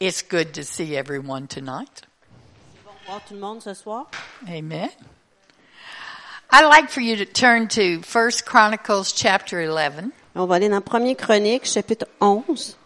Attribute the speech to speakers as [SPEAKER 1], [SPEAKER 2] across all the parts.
[SPEAKER 1] It's good to see everyone tonight.
[SPEAKER 2] C'est bon de voir tout le monde ce soir.
[SPEAKER 1] Amen. I'd like for you to turn to First Chronicles chapter 11.
[SPEAKER 2] On va aller dans 1 Chronique, chapitre 11.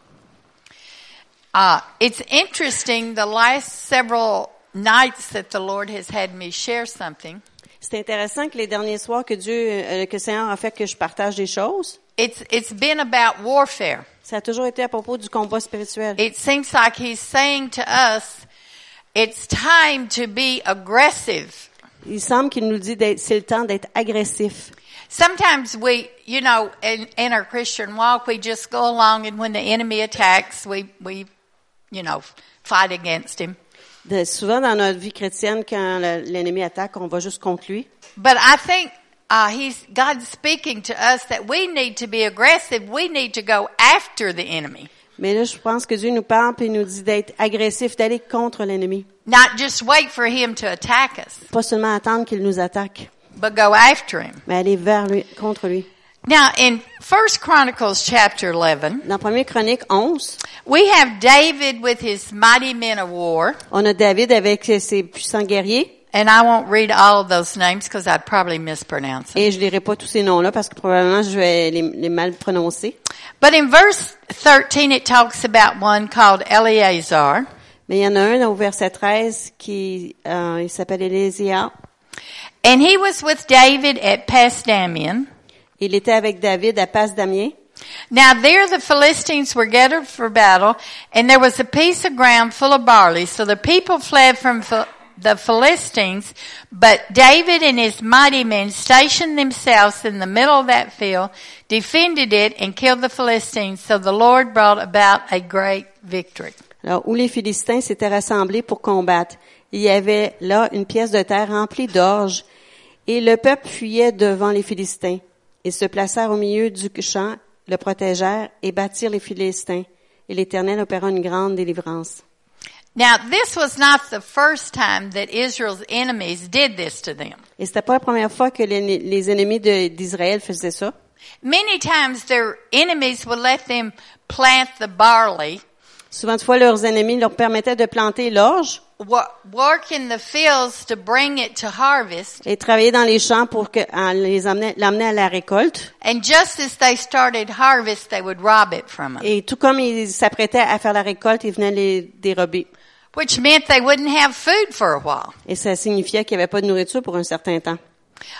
[SPEAKER 1] Uh, it's interesting the last several nights that the Lord has had me share something.
[SPEAKER 2] C'est intéressant que les derniers soirs que Dieu, euh, que le Seigneur a fait que je partage des choses,
[SPEAKER 1] It's, it's been about warfare.
[SPEAKER 2] ça a toujours été à propos du combat spirituel.
[SPEAKER 1] It seems like He's saying to us, it's time to be aggressive.
[SPEAKER 2] Il semble qu'il nous dit d'être, c'est le temps d'être agressif.
[SPEAKER 1] Sometimes we, you know, in, in our Christian walk, we just go along and when the enemy attacks, we, we, you know, fight against him.
[SPEAKER 2] De- souvent dans notre vie chrétienne, quand le- l'ennemi attaque, on va juste contre lui.
[SPEAKER 1] But I think uh, he's God's speaking to us that we need to be aggressive. We need to go after the enemy,
[SPEAKER 2] Mais là, je pense que Dieu nous parle et nous dit d'être agressif, d'aller contre l'ennemi.
[SPEAKER 1] not just wait for him to attack us,
[SPEAKER 2] Pas seulement attendre qu'il nous attaque,
[SPEAKER 1] but go after him.
[SPEAKER 2] mais aller vers lui, contre lui.
[SPEAKER 1] Now, in First Chronicles chapter eleven,
[SPEAKER 2] Dans 1 Chronique 11,
[SPEAKER 1] we have David with his mighty men of war,
[SPEAKER 2] on a David avec ses puissants guerriers.
[SPEAKER 1] and I won't read all of those names because I'd probably mispronounce them.
[SPEAKER 2] Et je lirai pas tous ces noms-là parce que probablement je vais les, les mal prononcer.
[SPEAKER 1] But in verse thirteen, it talks about one called Eleazar.
[SPEAKER 2] Mais il y en a un au verset 13 qui euh, il s'appelle Élésia.
[SPEAKER 1] And he was with David at Pasdamian.
[SPEAKER 2] Il était avec David à Passe Damien.
[SPEAKER 1] Now there the Philistines were gathered for battle, and there was a piece of ground full of barley. So the people fled from Phil- the Philistines, but David and his mighty men stationed themselves in the middle of that field, defended it, and killed the Philistines. So the Lord brought about a great victory.
[SPEAKER 2] Alors, où les Philistins s'étaient rassemblés pour combattre. Il y avait là une pièce de terre remplie d'orge, et le peuple fuyait devant les Philistins. Ils se placèrent au milieu du champ, le protégèrent et battirent les Philistins. Et l'Éternel opéra une grande délivrance.
[SPEAKER 1] Now this was not the first time that Israel's enemies did this to them.
[SPEAKER 2] Et c'était pas la première fois que les, les ennemis de- d'Israël faisaient ça.
[SPEAKER 1] Many times their enemies would let them plant the barley
[SPEAKER 2] Souvent de fois, leurs ennemis leur permettaient de planter l'orge
[SPEAKER 1] wo- work in the fields to bring it to harvest.
[SPEAKER 2] et travailler dans les champs pour que, en les amener, l'amener à la récolte.
[SPEAKER 1] And just as they started harvest, they would rob it from them,
[SPEAKER 2] Et tout comme ils s'apprêtaient à faire la récolte, ils venaient les dérober.
[SPEAKER 1] which meant they wouldn't have food for a while.
[SPEAKER 2] Et ça signifiait qu'il n'y avait pas de nourriture pour un certain temps.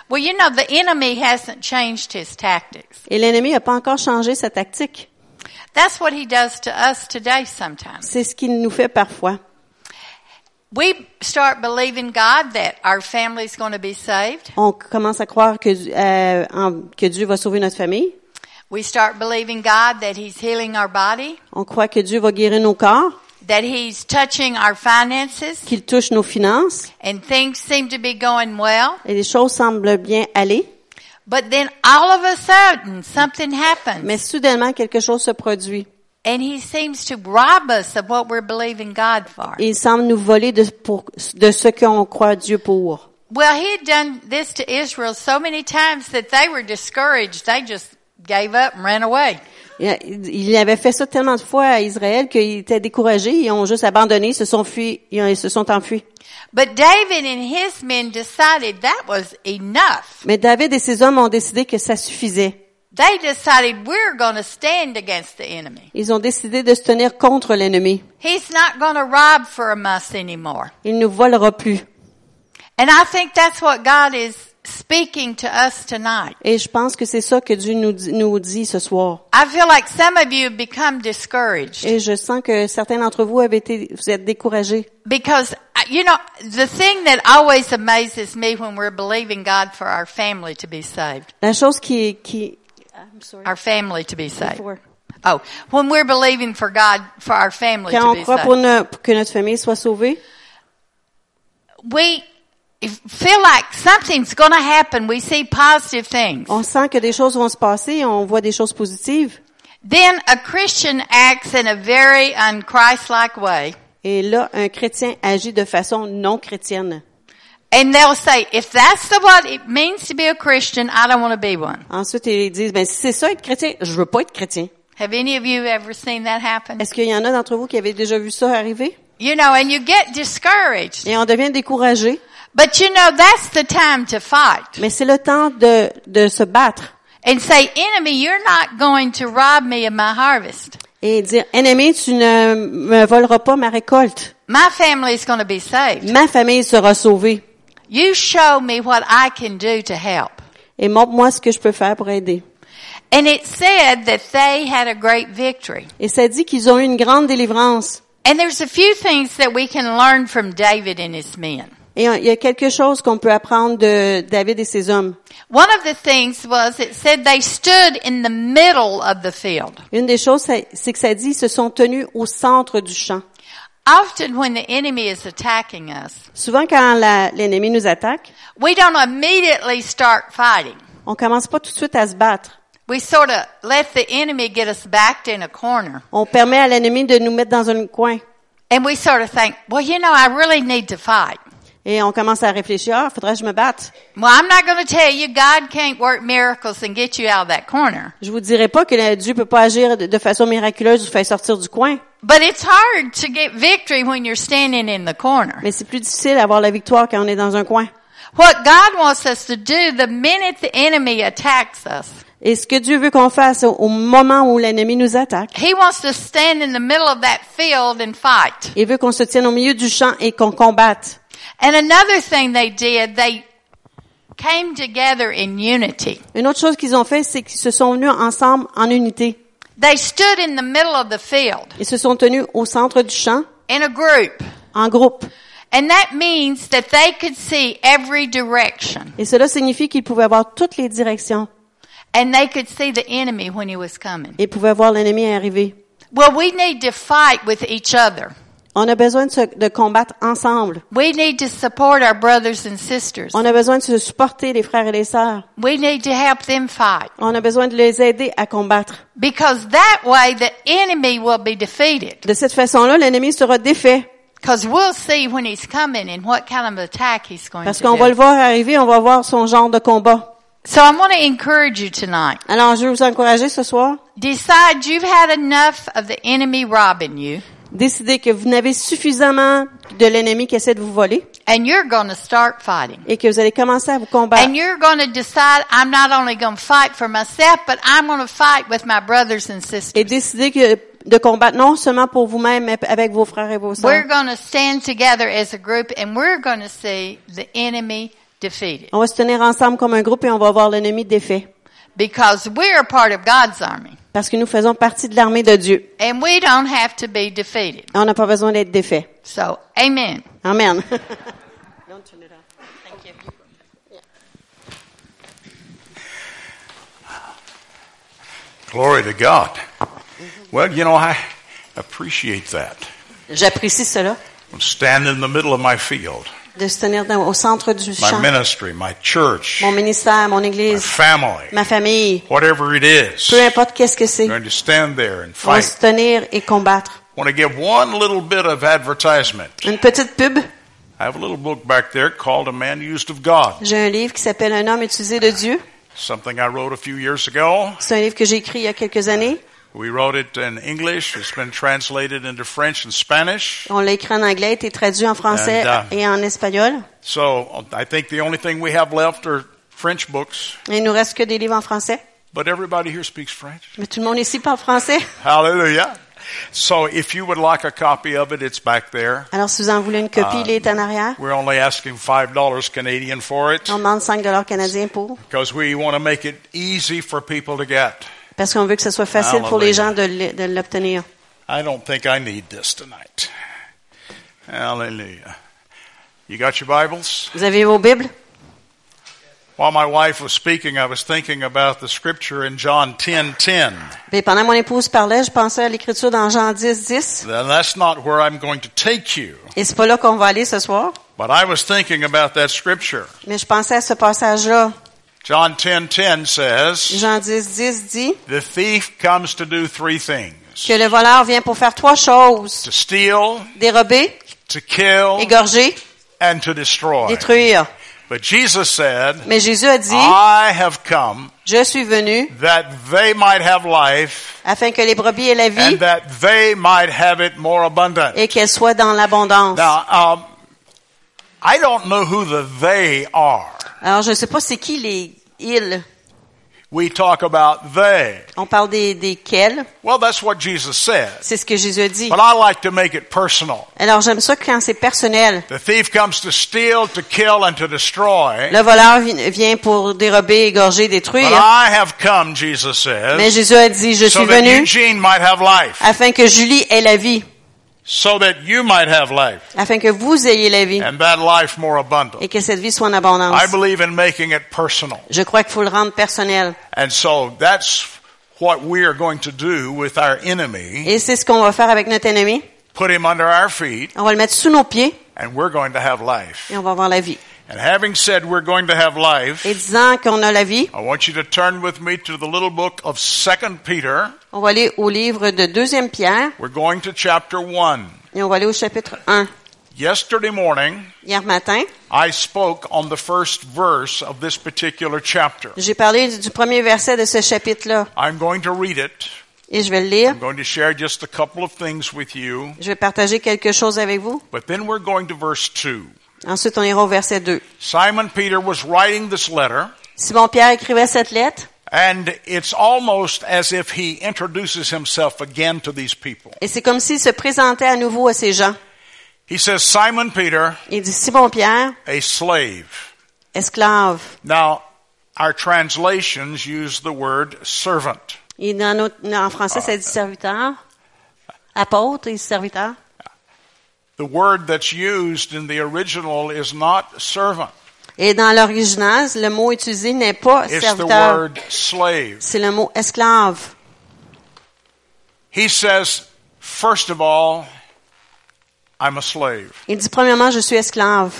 [SPEAKER 1] Well, you know, the enemy hasn't changed his tactics.
[SPEAKER 2] Et l'ennemi n'a pas encore changé sa tactique.
[SPEAKER 1] That's what he does to us today sometimes.
[SPEAKER 2] C'est ce qu'il nous fait parfois.
[SPEAKER 1] We start believing God that our family's going to be saved.
[SPEAKER 2] On commence à croire que, euh, en- que Dieu va sauver notre famille.
[SPEAKER 1] We start believing God that he's healing our body,
[SPEAKER 2] On croit que Dieu va guérir nos corps,
[SPEAKER 1] that he's touching our finances,
[SPEAKER 2] qu'il touche nos finances.
[SPEAKER 1] and things seem to be going well.
[SPEAKER 2] Et les choses semblent bien aller.
[SPEAKER 1] But then all of a sudden something happens
[SPEAKER 2] Mais soudainement, quelque chose se produit.
[SPEAKER 1] and he seems to rob us of what we're believing God for.
[SPEAKER 2] Et il semble nous voler de, pour- de ce qu'on croit Dieu pour.
[SPEAKER 1] Well, he had done this to Israel so many times that they were discouraged. They just gave up and ran away.
[SPEAKER 2] Il il avait fait ça tellement de fois à Israël qu'ils étaient découragés, ils ont juste abandonné, ils se sont fuis, ils se sont enfuis.
[SPEAKER 1] But David and his men decided that was enough.
[SPEAKER 2] Mais David et ses hommes ont décidé que ça suffisait.
[SPEAKER 1] They decided we're going to stand against the enemy.
[SPEAKER 2] Ils ont décidé de se tenir contre l'ennemi.
[SPEAKER 1] He's not going to rob from us anymore.
[SPEAKER 2] Il ne nous volera plus.
[SPEAKER 1] And I think that's what God is speaking to us tonight.
[SPEAKER 2] Et je pense que c'est ça que Dieu nous dit, nous dit ce soir.
[SPEAKER 1] I feel like some of you have become discouraged.
[SPEAKER 2] Et je sens que certains d'entre vous avaient été, vous êtes découragés.
[SPEAKER 1] Because, uh, you know, the thing that always amazes me when we're believing God for our family to be saved,
[SPEAKER 2] La chose qui, qui, I'm sorry.
[SPEAKER 1] our family to be saved.
[SPEAKER 2] Before.
[SPEAKER 1] Oh, when we're believing for God, for our family
[SPEAKER 2] quand
[SPEAKER 1] to
[SPEAKER 2] on
[SPEAKER 1] be
[SPEAKER 2] croit pour,
[SPEAKER 1] saved,
[SPEAKER 2] no- pour que notre famille soit sauvée,
[SPEAKER 1] we feel like something's going to happen. We see positive things.
[SPEAKER 2] on sent que des choses vont se passer, on voit des choses positives.
[SPEAKER 1] Then a Christian acts in a very unchristlike way.
[SPEAKER 2] Et là, un chrétien agit de façon non chrétienne.
[SPEAKER 1] And they'll say, if that's the what it means to be a Christian, I don't want to be one.
[SPEAKER 2] Ensuite, ils disent, ben, si c'est ça être chrétien, je veux pas être chrétien.
[SPEAKER 1] Have any of you ever seen that happen?
[SPEAKER 2] Est-ce qu'il y en a d'entre vous qui avaient déjà vu ça arriver?
[SPEAKER 1] You know, and you get discouraged.
[SPEAKER 2] Et on devient découragé.
[SPEAKER 1] But you know, that's the time to fight
[SPEAKER 2] Mais c'est le temps de, de se battre
[SPEAKER 1] and say, enemy, you're not going to rob me of my harvest.
[SPEAKER 2] et dire, ennemi, tu ne me voleras pas ma récolte.
[SPEAKER 1] My family's going to be saved.
[SPEAKER 2] Ma famille sera sauvée.
[SPEAKER 1] You show me what I can do to help.
[SPEAKER 2] Et montre-moi ce que je peux faire pour aider.
[SPEAKER 1] And it said that they had a great victory.
[SPEAKER 2] Et ça dit qu'ils ont eu une grande délivrance.
[SPEAKER 1] And there's a few things that we can learn from David and his men.
[SPEAKER 2] Et on- il y a quelque chose qu'on peut apprendre de David et ses hommes.
[SPEAKER 1] One of the things was it said they stood in the middle of the field.
[SPEAKER 2] Une des choses, ça- c'est que ça dit, ils se sont tenus au centre du champ.
[SPEAKER 1] Often when the enemy is attacking us,
[SPEAKER 2] Souvent, quand la- l'ennemi nous attaque,
[SPEAKER 1] we don't immediately start fighting.
[SPEAKER 2] on commence pas tout de suite à se battre.
[SPEAKER 1] We sort of let the enemy get us backed in a corner.
[SPEAKER 2] On permet à l'ennemi de nous mettre dans un coin.
[SPEAKER 1] And we sort of think, well, you know, I really need to fight.
[SPEAKER 2] Et on commence à réfléchir, ah, faudrait que je me batte.
[SPEAKER 1] Well, I'm not going to tell you God can't work miracles and get you out of that corner.
[SPEAKER 2] Je vous dirai pas que le- Dieu peut pas agir de- de façon miraculeuse vous faire sortir du coin,
[SPEAKER 1] But it's hard to get victory when you're standing in the corner.
[SPEAKER 2] mais c'est plus difficile d'avoir la victoire quand on est dans un coin.
[SPEAKER 1] What God wants us to do the minute the enemy attacks us,
[SPEAKER 2] Et ce que Dieu veut qu'on fasse au- au moment où l'ennemi nous attaque,
[SPEAKER 1] He wants to stand in the middle of that field and fight.
[SPEAKER 2] il veut qu'on se tienne au milieu du champ et qu'on combatte.
[SPEAKER 1] And another thing they did, they came together in unity.
[SPEAKER 2] Une autre chose qu'ils ont fait, c'est qu'ils se sont venus ensemble en unité.
[SPEAKER 1] They stood in the middle of the field
[SPEAKER 2] Ils se sont tenus au centre du champ,
[SPEAKER 1] in a group.
[SPEAKER 2] en groupe.
[SPEAKER 1] And that means that they could see every direction
[SPEAKER 2] Et cela signifie qu'ils pouvaient avoir toutes les directions
[SPEAKER 1] and they could see the enemy when he was coming.
[SPEAKER 2] et pouvaient voir l'ennemi arriver.
[SPEAKER 1] Well, we need to fight with each other.
[SPEAKER 2] On a besoin de, se- de combattre ensemble.
[SPEAKER 1] We need to support our brothers and sisters.
[SPEAKER 2] On a besoin de se supporter les frères et les sœurs.
[SPEAKER 1] We need to help them fight
[SPEAKER 2] On a besoin de les aider à combattre.
[SPEAKER 1] because that way the enemy will be defeated.
[SPEAKER 2] De cette façon-là, l'ennemi sera défait
[SPEAKER 1] Because we'll see when he's coming and what kind of attack he's going
[SPEAKER 2] parce
[SPEAKER 1] to
[SPEAKER 2] qu'on va
[SPEAKER 1] do.
[SPEAKER 2] le voir arriver, on va voir son genre de combat.
[SPEAKER 1] so I want to encourage you tonight.
[SPEAKER 2] Alors, je vais vous encourager ce soir.
[SPEAKER 1] Decide you've had enough of the enemy robbing you
[SPEAKER 2] Décidez que vous n'avez suffisamment de l'ennemi qui essaie de vous voler
[SPEAKER 1] and you're going to start fighting.
[SPEAKER 2] et que vous allez commencer à vous combattre.
[SPEAKER 1] And you're going to decide I'm not only going to fight for myself, but I'm going to fight with my brothers and sisters.
[SPEAKER 2] Et décidez que, de combattre non seulement pour vous-même, mais avec vos frères et vos sœurs.
[SPEAKER 1] We're going to stand together as a group and we're going to see the enemy defeated
[SPEAKER 2] On va se tenir ensemble comme un groupe et on va voir l'ennemi défait.
[SPEAKER 1] because we're a part of God's army
[SPEAKER 2] Parce que nous faisons partie de l'armée de Dieu.
[SPEAKER 1] and we don't have to be defeated.
[SPEAKER 2] On n'a pas besoin d'être défait.
[SPEAKER 1] So, amen.
[SPEAKER 2] Amen.
[SPEAKER 3] Glory to God. Well, you know, I appreciate that.
[SPEAKER 2] J'apprécie cela,
[SPEAKER 3] Stand in the middle of my field,
[SPEAKER 2] de se tenir dans- au centre du
[SPEAKER 3] my
[SPEAKER 2] champ.
[SPEAKER 3] ministry, my church,
[SPEAKER 2] Mon ministère, mon
[SPEAKER 3] my
[SPEAKER 2] église,
[SPEAKER 3] family,
[SPEAKER 2] ma famille,
[SPEAKER 3] whatever it is.
[SPEAKER 2] peu importe qu'est-ce que c'est.
[SPEAKER 3] I'm going to stand there and
[SPEAKER 2] On va se
[SPEAKER 3] fight.
[SPEAKER 2] tenir et combattre.
[SPEAKER 3] I want to give one little bit of advertisement.
[SPEAKER 2] Une petite pub.
[SPEAKER 3] I have a little book back there called A Man Used of God,
[SPEAKER 2] J'ai un livre qui s'appelle Un homme utilisé de Dieu.
[SPEAKER 3] something I wrote a few years ago.
[SPEAKER 2] C'est un livre que j'ai écrit il y a quelques années.
[SPEAKER 3] We wrote it in English. It's been translated into French and Spanish.
[SPEAKER 2] On l'a écrit en anglais, a été traduit en français
[SPEAKER 3] And, uh,
[SPEAKER 2] et en espagnol.
[SPEAKER 3] So I think the only thing we have left are French books.
[SPEAKER 2] Il nous reste que des livres en français.
[SPEAKER 3] But everybody here speaks French.
[SPEAKER 2] Mais tout le monde ici parle français.
[SPEAKER 3] Hallelujah. So if you would like a copy of it, it's back there.
[SPEAKER 2] Alors, si vous en voulez une copie,
[SPEAKER 3] Ah.
[SPEAKER 2] il est en arrière.
[SPEAKER 3] We're only asking $5 Canadian for it
[SPEAKER 2] On demande 5 dollars canadiens pour,
[SPEAKER 3] because we want to make it easy for people to get.
[SPEAKER 2] parce qu'on veut que ce soit facile pour les
[SPEAKER 3] Hallelujah.
[SPEAKER 2] gens de l'e- de l'obtenir.
[SPEAKER 3] I don't think I need this tonight. Hallelujah. You got your Bibles?
[SPEAKER 2] Vous avez vos Bibles?
[SPEAKER 3] While my wife was speaking, I was thinking about the scripture in John 10:10.
[SPEAKER 2] Et Ben, pendant que mon épouse parlait, je pensais à l'écriture dans Jean 10, 10.
[SPEAKER 3] Then that's not where I'm going to take you,
[SPEAKER 2] Et c'est pas là qu'on va aller ce soir.
[SPEAKER 3] but I was thinking about that scripture.
[SPEAKER 2] Mais je pensais à ce passage-là.
[SPEAKER 3] John 10:10 says,
[SPEAKER 2] Jean 10, 10 dit
[SPEAKER 3] The thief comes to do three things
[SPEAKER 2] que le voleur vient pour faire trois choses.
[SPEAKER 3] to steal,
[SPEAKER 2] Dérober,
[SPEAKER 3] to kill,
[SPEAKER 2] égorger,
[SPEAKER 3] and to destroy.
[SPEAKER 2] détruire.
[SPEAKER 3] But Jesus said,
[SPEAKER 2] Mais Jésus a dit,
[SPEAKER 3] I have come
[SPEAKER 2] je suis venu
[SPEAKER 3] that they might have life
[SPEAKER 2] afin que les brebis aient la vie
[SPEAKER 3] and uh, that they might have it more abundant.
[SPEAKER 2] et qu'elles soient dans l'abondance.
[SPEAKER 3] Now, um, I don't know who the they are.
[SPEAKER 2] Alors, je ne sais pas c'est qui les ils.
[SPEAKER 3] We talk about they.
[SPEAKER 2] On parle des, des quels.
[SPEAKER 3] Well, that's what Jesus said.
[SPEAKER 2] C'est ce que Jésus a dit.
[SPEAKER 3] But I like to make it personal.
[SPEAKER 2] Alors, j'aime ça quand c'est personnel.
[SPEAKER 3] The thief comes to steal, to kill, and to destroy.
[SPEAKER 2] Le voleur vi- vient pour dérober, égorger,
[SPEAKER 3] But
[SPEAKER 2] détruire.
[SPEAKER 3] I have come, Jesus
[SPEAKER 2] Mais
[SPEAKER 3] says,
[SPEAKER 2] Jésus a dit, je
[SPEAKER 3] so
[SPEAKER 2] suis
[SPEAKER 3] that
[SPEAKER 2] venu
[SPEAKER 3] Eugene might have life,
[SPEAKER 2] afin que Julie ait la vie,
[SPEAKER 3] so that you might have life,
[SPEAKER 2] afin que vous ayez la vie
[SPEAKER 3] and that life more
[SPEAKER 2] et
[SPEAKER 3] abundant.
[SPEAKER 2] que cette vie soit en abondance.
[SPEAKER 3] I believe in making it personal.
[SPEAKER 2] Je crois qu'il faut le rendre personnel.
[SPEAKER 3] And so that's what we are going to do with our enemy.
[SPEAKER 2] Et c'est ce qu'on va faire avec notre ennemi.
[SPEAKER 3] Put him under our feet,
[SPEAKER 2] On va le mettre sous nos pieds
[SPEAKER 3] and we're going to have life.
[SPEAKER 2] et on va avoir la vie.
[SPEAKER 3] And having said we're going to have life,
[SPEAKER 2] Et disant qu'on a la vie,
[SPEAKER 3] I want you to turn with me to the little book of Second Peter.
[SPEAKER 2] on va aller au livre de deuxième Pierre
[SPEAKER 3] We're going to chapter 1.
[SPEAKER 2] et on va aller au chapitre 1.
[SPEAKER 3] Yesterday morning,
[SPEAKER 2] Hier matin,
[SPEAKER 3] I spoke on the first verse of this particular chapter.
[SPEAKER 2] j'ai parlé du premier verset de ce chapitre-là
[SPEAKER 3] I'm going to read it.
[SPEAKER 2] et je vais le lire.
[SPEAKER 3] I'm going to share just a couple of things with you,
[SPEAKER 2] Je vais partager quelque chose avec vous.
[SPEAKER 3] but then we're going to verse 2.
[SPEAKER 2] Ensuite, on ira au verset 2.
[SPEAKER 3] Simon Peter was writing this letter,
[SPEAKER 2] Simon-Pierre écrivait cette lettre
[SPEAKER 3] and it's almost as if he introduces himself again to these people.
[SPEAKER 2] et c'est comme s'il se présentait à nouveau à ces gens.
[SPEAKER 3] He says, Simon Peter,
[SPEAKER 2] Il dit, Simon-Pierre,
[SPEAKER 3] a slave.
[SPEAKER 2] esclave.
[SPEAKER 3] Now, our translations use the word servant.
[SPEAKER 2] Et dans notre- non, en français, ça dit serviteur, apôtre et serviteur.
[SPEAKER 3] The word that's used in the original is not servant.
[SPEAKER 2] Et dans l'original, le mot utilisé n'est pas
[SPEAKER 3] It's the
[SPEAKER 2] serviteur,
[SPEAKER 3] word slave.
[SPEAKER 2] c'est le mot esclave.
[SPEAKER 3] He says, first of all, I'm a slave.
[SPEAKER 2] Il dit premièrement, je suis esclave.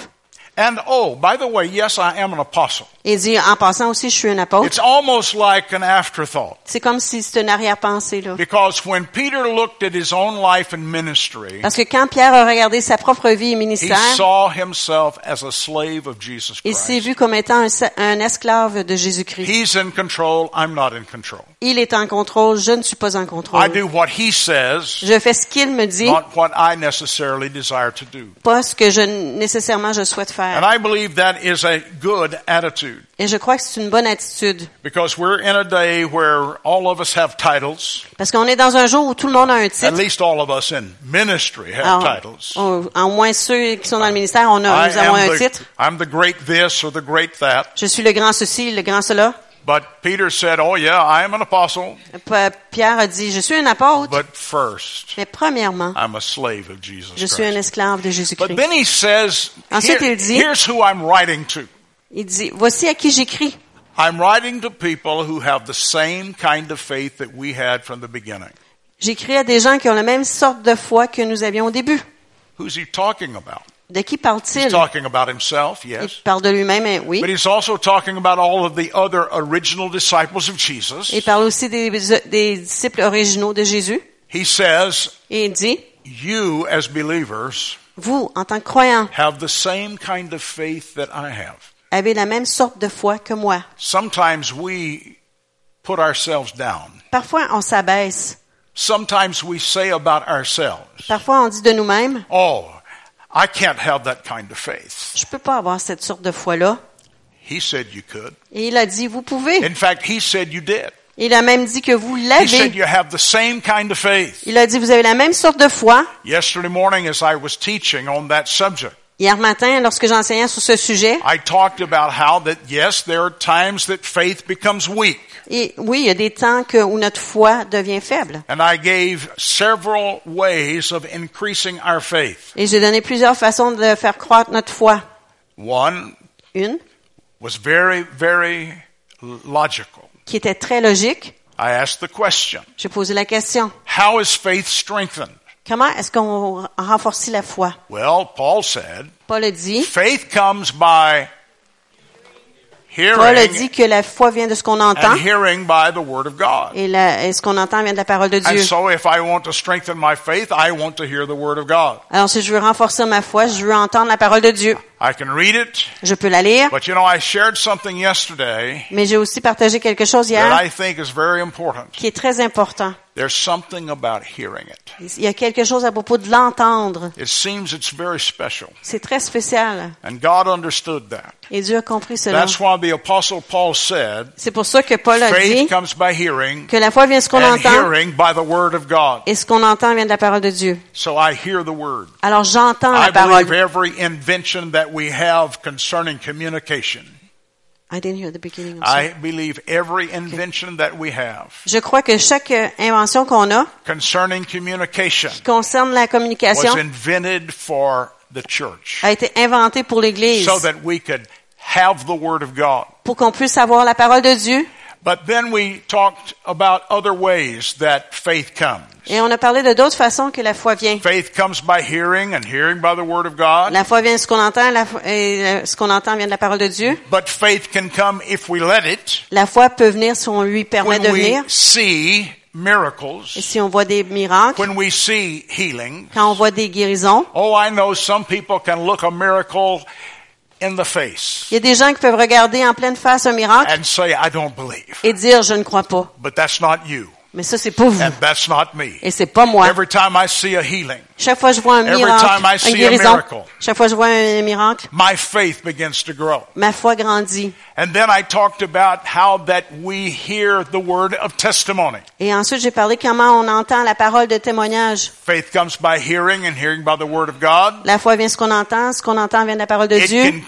[SPEAKER 3] And oh, by the way, yes, I am an apostle.
[SPEAKER 2] Il dit en passant aussi, je suis un apôtre.
[SPEAKER 3] It's almost like an afterthought
[SPEAKER 2] C'est comme si c'était une arrière-pensée là.
[SPEAKER 3] because when Peter looked at his own life and ministry,
[SPEAKER 2] Parce que quand Pierre a regardé sa propre vie et
[SPEAKER 3] he
[SPEAKER 2] ministère,
[SPEAKER 3] saw himself as a slave of Jesus
[SPEAKER 2] il s'est
[SPEAKER 3] Christ.
[SPEAKER 2] vu comme étant un, sa- un esclave de Jésus-Christ.
[SPEAKER 3] He's in control. I'm not in control.
[SPEAKER 2] Il est en contrôle, je ne suis pas en
[SPEAKER 3] I
[SPEAKER 2] contrôle.
[SPEAKER 3] do what he says,
[SPEAKER 2] Je fais ce qu'il me dit,
[SPEAKER 3] not what I necessarily desire to do.
[SPEAKER 2] pas ce que je nécessairement je souhaite
[SPEAKER 3] And
[SPEAKER 2] faire.
[SPEAKER 3] I believe that is a good attitude
[SPEAKER 2] Et je crois que c'est une bonne attitude.
[SPEAKER 3] because we're in a day where all of us have titles.
[SPEAKER 2] Parce qu'on est dans un jour où tout le monde a un
[SPEAKER 3] At
[SPEAKER 2] titre.
[SPEAKER 3] least all of us in ministry have
[SPEAKER 2] Alors,
[SPEAKER 3] titles.
[SPEAKER 2] on- en moins ceux qui sont dans le ministère, on a,
[SPEAKER 3] I
[SPEAKER 2] Oh. nous avons
[SPEAKER 3] am
[SPEAKER 2] un
[SPEAKER 3] the,
[SPEAKER 2] titre.
[SPEAKER 3] I'm the great this or the great that.
[SPEAKER 2] Je suis le grand ceci, le grand cela.
[SPEAKER 3] But Peter said, Oh, yeah, I am an apostle,
[SPEAKER 2] P- Pierre a dit, je suis un apôtre,
[SPEAKER 3] but first,
[SPEAKER 2] mais premièrement,
[SPEAKER 3] I'm a slave of Jesus
[SPEAKER 2] je suis un
[SPEAKER 3] Christ.
[SPEAKER 2] esclave de
[SPEAKER 3] But
[SPEAKER 2] Jésus-Christ.
[SPEAKER 3] then he says,
[SPEAKER 2] Ensuite,
[SPEAKER 3] "Here-
[SPEAKER 2] il dit-
[SPEAKER 3] Here's who I'm writing to.
[SPEAKER 2] Il dit, voici à qui j'écris.
[SPEAKER 3] I'm writing to people who have the same kind of faith that we had from the beginning.
[SPEAKER 2] J'écris à des gens qui ont la même sorte de foi que nous avions au début.
[SPEAKER 3] Who's he talking about?
[SPEAKER 2] De qui
[SPEAKER 3] He's
[SPEAKER 2] parle-t-il?
[SPEAKER 3] talking about himself,
[SPEAKER 2] Il
[SPEAKER 3] yes.
[SPEAKER 2] parle de lui-même, hein, oui.
[SPEAKER 3] But he's also talking about all of the other original disciples of Jesus.
[SPEAKER 2] Il parle aussi des, des disciples originaux de Jésus.
[SPEAKER 3] He says,
[SPEAKER 2] Et il dit,
[SPEAKER 3] You, as believers,
[SPEAKER 2] vous, en tant que croyants,
[SPEAKER 3] have the same kind of faith that I have.
[SPEAKER 2] avez la même sorte de foi que moi.
[SPEAKER 3] Sometimes we put ourselves down.
[SPEAKER 2] Parfois, on s'abaisse.
[SPEAKER 3] Sometimes we say about ourselves,
[SPEAKER 2] Parfois, on dit de nous-mêmes,
[SPEAKER 3] Oh, I can't have that kind of faith.
[SPEAKER 2] je peux pas avoir cette sorte de foi-là.
[SPEAKER 3] He said you could.
[SPEAKER 2] Et il a dit, vous pouvez.
[SPEAKER 3] In fact, he said you did.
[SPEAKER 2] Il a même dit que vous
[SPEAKER 3] He said
[SPEAKER 2] l'avez.
[SPEAKER 3] you have the same kind of faith.
[SPEAKER 2] Il a dit, vous avez la même sorte de foi.
[SPEAKER 3] Yesterday morning, as I was teaching on that subject,
[SPEAKER 2] Hier matin, lorsque j'enseignais sur ce sujet,
[SPEAKER 3] I talked about how that, yes, there are times that faith becomes weak.
[SPEAKER 2] et oui, il y a des temps que, où notre foi devient faible.
[SPEAKER 3] And I gave several ways of increasing our faith.
[SPEAKER 2] Et j'ai donné plusieurs façons de faire croître notre foi.
[SPEAKER 3] One
[SPEAKER 2] Une,
[SPEAKER 3] was very, very logical.
[SPEAKER 2] qui était très logique,
[SPEAKER 3] I asked the question,
[SPEAKER 2] j'ai posé la question.
[SPEAKER 3] how is faith strengthened?
[SPEAKER 2] Comment est-ce qu'on renforce la foi?
[SPEAKER 3] Well, Paul said,
[SPEAKER 2] Paul a dit,
[SPEAKER 3] faith comes by
[SPEAKER 2] Paul a
[SPEAKER 3] hearing,
[SPEAKER 2] dit que la foi vient de ce qu'on entend
[SPEAKER 3] and hearing by the word of God.
[SPEAKER 2] et, la- et ce qu'on entend vient de la parole de
[SPEAKER 3] And
[SPEAKER 2] Dieu.
[SPEAKER 3] so if I want to strengthen my faith, I want to hear the word of God.
[SPEAKER 2] Alors si je veux renforcer ma foi, je veux entendre la parole de Dieu.
[SPEAKER 3] I can read it,
[SPEAKER 2] Je peux la lire,
[SPEAKER 3] but you know, I shared something yesterday
[SPEAKER 2] mais j'ai aussi partagé quelque chose
[SPEAKER 3] that
[SPEAKER 2] hier
[SPEAKER 3] I think is very important.
[SPEAKER 2] qui est très important.
[SPEAKER 3] There's something about hearing it.
[SPEAKER 2] Il y a quelque chose à propos de l'entendre.
[SPEAKER 3] It seems it's very special.
[SPEAKER 2] C'est très spécial.
[SPEAKER 3] And God understood that.
[SPEAKER 2] Et Dieu a compris cela.
[SPEAKER 3] That's why the apostle Paul said,
[SPEAKER 2] C'est pour ça que Paul a dit
[SPEAKER 3] faith comes by hearing
[SPEAKER 2] que la foi vient de ce qu'on
[SPEAKER 3] and
[SPEAKER 2] entend
[SPEAKER 3] hearing by the word of God.
[SPEAKER 2] et ce qu'on entend vient de la parole de Dieu.
[SPEAKER 3] So I hear the word.
[SPEAKER 2] Alors j'entends
[SPEAKER 3] I
[SPEAKER 2] la
[SPEAKER 3] believe
[SPEAKER 2] parole.
[SPEAKER 3] every invention that we have concerning communication.
[SPEAKER 2] I didn't hear the beginning of that.
[SPEAKER 3] I believe every invention that we have
[SPEAKER 2] Je crois que chaque euh, invention qu'on a
[SPEAKER 3] concerning communication
[SPEAKER 2] qui concerne la communication
[SPEAKER 3] was invented for the church
[SPEAKER 2] a été inventée pour l'Église,
[SPEAKER 3] so that we could have the word of God.
[SPEAKER 2] pour qu'on puisse avoir la parole de Dieu.
[SPEAKER 3] But then we talked about other ways that faith comes.
[SPEAKER 2] Et on a parlé de d'autres façons que la foi vient.
[SPEAKER 3] Faith comes by hearing and hearing by the word of God.
[SPEAKER 2] La foi vient de ce qu'on entend, la foi- et euh, ce qu'on entend vient de la parole de Dieu.
[SPEAKER 3] But faith can come if we let it,
[SPEAKER 2] La foi peut venir si on lui permet de
[SPEAKER 3] when we
[SPEAKER 2] venir,
[SPEAKER 3] see
[SPEAKER 2] et
[SPEAKER 3] miracles,
[SPEAKER 2] si on voit des miracles,
[SPEAKER 3] when we see healing.
[SPEAKER 2] quand on voit des guérisons.
[SPEAKER 3] Oh, I know some people can look a miracle in the face
[SPEAKER 2] Il y a des gens qui peuvent regarder en pleine face un miracle
[SPEAKER 3] and say, I don't believe.
[SPEAKER 2] et dire je ne crois pas.
[SPEAKER 3] But that's not you,
[SPEAKER 2] Mais ça c'est pour vous
[SPEAKER 3] and that's not me.
[SPEAKER 2] et c'est pas moi.
[SPEAKER 3] Every time I see a healing,
[SPEAKER 2] Chaque fois que je vois un
[SPEAKER 3] Every time I
[SPEAKER 2] miracle,
[SPEAKER 3] see a
[SPEAKER 2] une guérison,
[SPEAKER 3] miracle.
[SPEAKER 2] chaque fois que je vois un miracle,
[SPEAKER 3] my faith begins to grow.
[SPEAKER 2] ma foi grandit.
[SPEAKER 3] And then I talked about how that we hear the word of testimony.
[SPEAKER 2] Et ensuite, j'ai parlé comment on entend la parole de témoignage.
[SPEAKER 3] Faith comes by hearing and hearing by the word of God.
[SPEAKER 2] La foi vient de ce qu'on entend, ce qu'on entend vient de la parole de
[SPEAKER 3] It
[SPEAKER 2] Dieu.
[SPEAKER 3] can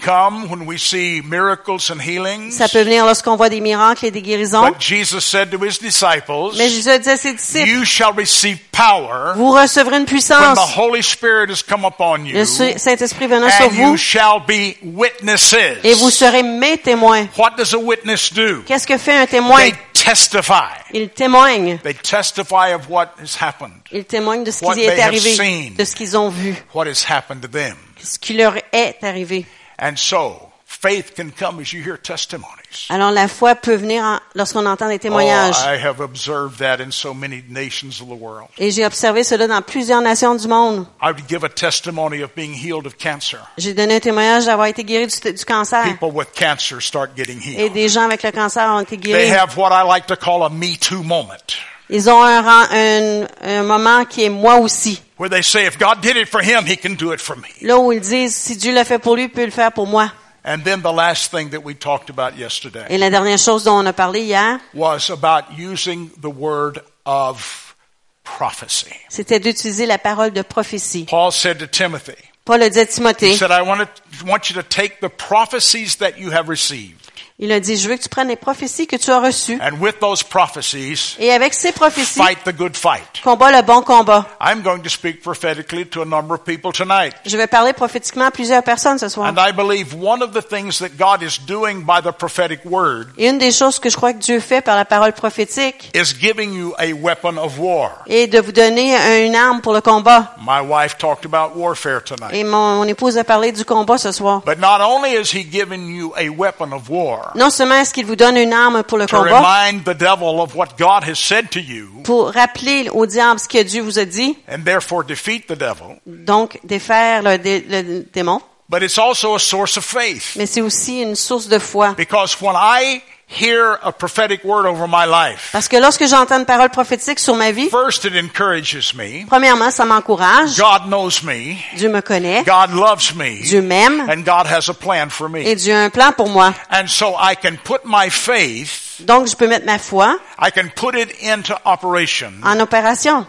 [SPEAKER 3] come when we see miracles and healings.
[SPEAKER 2] Ça peut venir lorsqu'on voit des miracles et des guérisons.
[SPEAKER 3] But Jesus said to his disciples,
[SPEAKER 2] Mais Jésus a dit à ses disciples,
[SPEAKER 3] You shall receive power
[SPEAKER 2] vous recevrez une
[SPEAKER 3] when the
[SPEAKER 2] puissance,
[SPEAKER 3] Holy Spirit has come upon you,
[SPEAKER 2] le Su- Saint-Esprit venant sur
[SPEAKER 3] and you
[SPEAKER 2] vous,
[SPEAKER 3] shall be witnesses.
[SPEAKER 2] et vous serez mes témoins.
[SPEAKER 3] What does a witness do?
[SPEAKER 2] Qu'est-ce que um fait un témoin?
[SPEAKER 3] They testify.
[SPEAKER 2] Il témoigne.
[SPEAKER 3] They testify of what has happened,
[SPEAKER 2] Ils témoignent de ce
[SPEAKER 3] What
[SPEAKER 2] qui est
[SPEAKER 3] they have
[SPEAKER 2] arrivé,
[SPEAKER 3] seen.
[SPEAKER 2] de ce qu'ils ont vu,
[SPEAKER 3] what has happened to them.
[SPEAKER 2] ce qui leur est arrivé.
[SPEAKER 3] And so, faith can come as you hear testimonies.
[SPEAKER 2] Alors la foi peut venir en- lorsqu'on entend des
[SPEAKER 3] Oh,
[SPEAKER 2] témoignages.
[SPEAKER 3] I have observed that in so many nations of the world.
[SPEAKER 2] Et j'ai observé cela dans plusieurs nations du monde.
[SPEAKER 3] I would give a testimony of being healed of cancer.
[SPEAKER 2] J'ai donné un témoignage d'avoir été guéri du, du cancer.
[SPEAKER 3] People with cancer start getting
[SPEAKER 2] Et
[SPEAKER 3] healed.
[SPEAKER 2] des gens avec le cancer ont été
[SPEAKER 3] They
[SPEAKER 2] guéris.
[SPEAKER 3] have what I like to call a me too moment,
[SPEAKER 2] Ils ont un, rang- un, un moment qui est moi aussi.
[SPEAKER 3] where they say, if God did it for him, he can do it for me.
[SPEAKER 2] Là où ils disent, si Dieu l'a fait pour lui, il peut le faire pour moi.
[SPEAKER 3] And then the last thing that we talked about
[SPEAKER 2] Et
[SPEAKER 3] yesterday
[SPEAKER 2] la dernière chose dont on a parlé hier,
[SPEAKER 3] was about using the word of prophecy.
[SPEAKER 2] c'était d'utiliser la parole de prophétie.
[SPEAKER 3] Paul said to Timothy,
[SPEAKER 2] Paul a dit à
[SPEAKER 3] he
[SPEAKER 2] Timothée,
[SPEAKER 3] said, I want, to, want you to take the prophecies that you have received,
[SPEAKER 2] il a dit, je veux que tu prennes les prophéties que tu as reçues.
[SPEAKER 3] and with those prophecies,
[SPEAKER 2] Et avec ces prophéties,
[SPEAKER 3] fight the good fight.
[SPEAKER 2] combat le bon combat.
[SPEAKER 3] I'm going to speak prophetically to a number of people tonight.
[SPEAKER 2] Je vais parler prophétiquement à plusieurs personnes ce soir.
[SPEAKER 3] And I believe one of the things that God is doing by the prophetic word
[SPEAKER 2] Et une des choses que je crois que Dieu fait par la parole prophétique
[SPEAKER 3] is giving you a weapon of war.
[SPEAKER 2] est de vous donner un- une arme pour le combat.
[SPEAKER 3] My wife talked about warfare tonight.
[SPEAKER 2] Et mon, mon épouse a parlé du combat ce soir.
[SPEAKER 3] But not only is he giving you a weapon of war
[SPEAKER 2] Non seulement est-ce qu'il vous donne une arme pour le
[SPEAKER 3] to
[SPEAKER 2] combat,
[SPEAKER 3] remind the devil of what God has said to you
[SPEAKER 2] pour rappeler au diable ce que Dieu vous a dit,
[SPEAKER 3] and therefore defeat the devil,
[SPEAKER 2] donc défaire le, dé- le démon,
[SPEAKER 3] but it's also a source of faith.
[SPEAKER 2] mais c'est aussi une source de foi.
[SPEAKER 3] Because when I hear a prophetic word over my life,
[SPEAKER 2] Parce que lorsque j'entends une parole prophétique sur ma vie,
[SPEAKER 3] first it encourages me.
[SPEAKER 2] premièrement, ça m'encourage.
[SPEAKER 3] God knows me.
[SPEAKER 2] Dieu me connaît.
[SPEAKER 3] God loves me.
[SPEAKER 2] Dieu m'aime.
[SPEAKER 3] And God has a plan for
[SPEAKER 2] Et
[SPEAKER 3] me.
[SPEAKER 2] Dieu a un plan pour moi.
[SPEAKER 3] And so I can put my faith,
[SPEAKER 2] Donc, je peux mettre ma foi
[SPEAKER 3] I can put it into operation
[SPEAKER 2] en opération,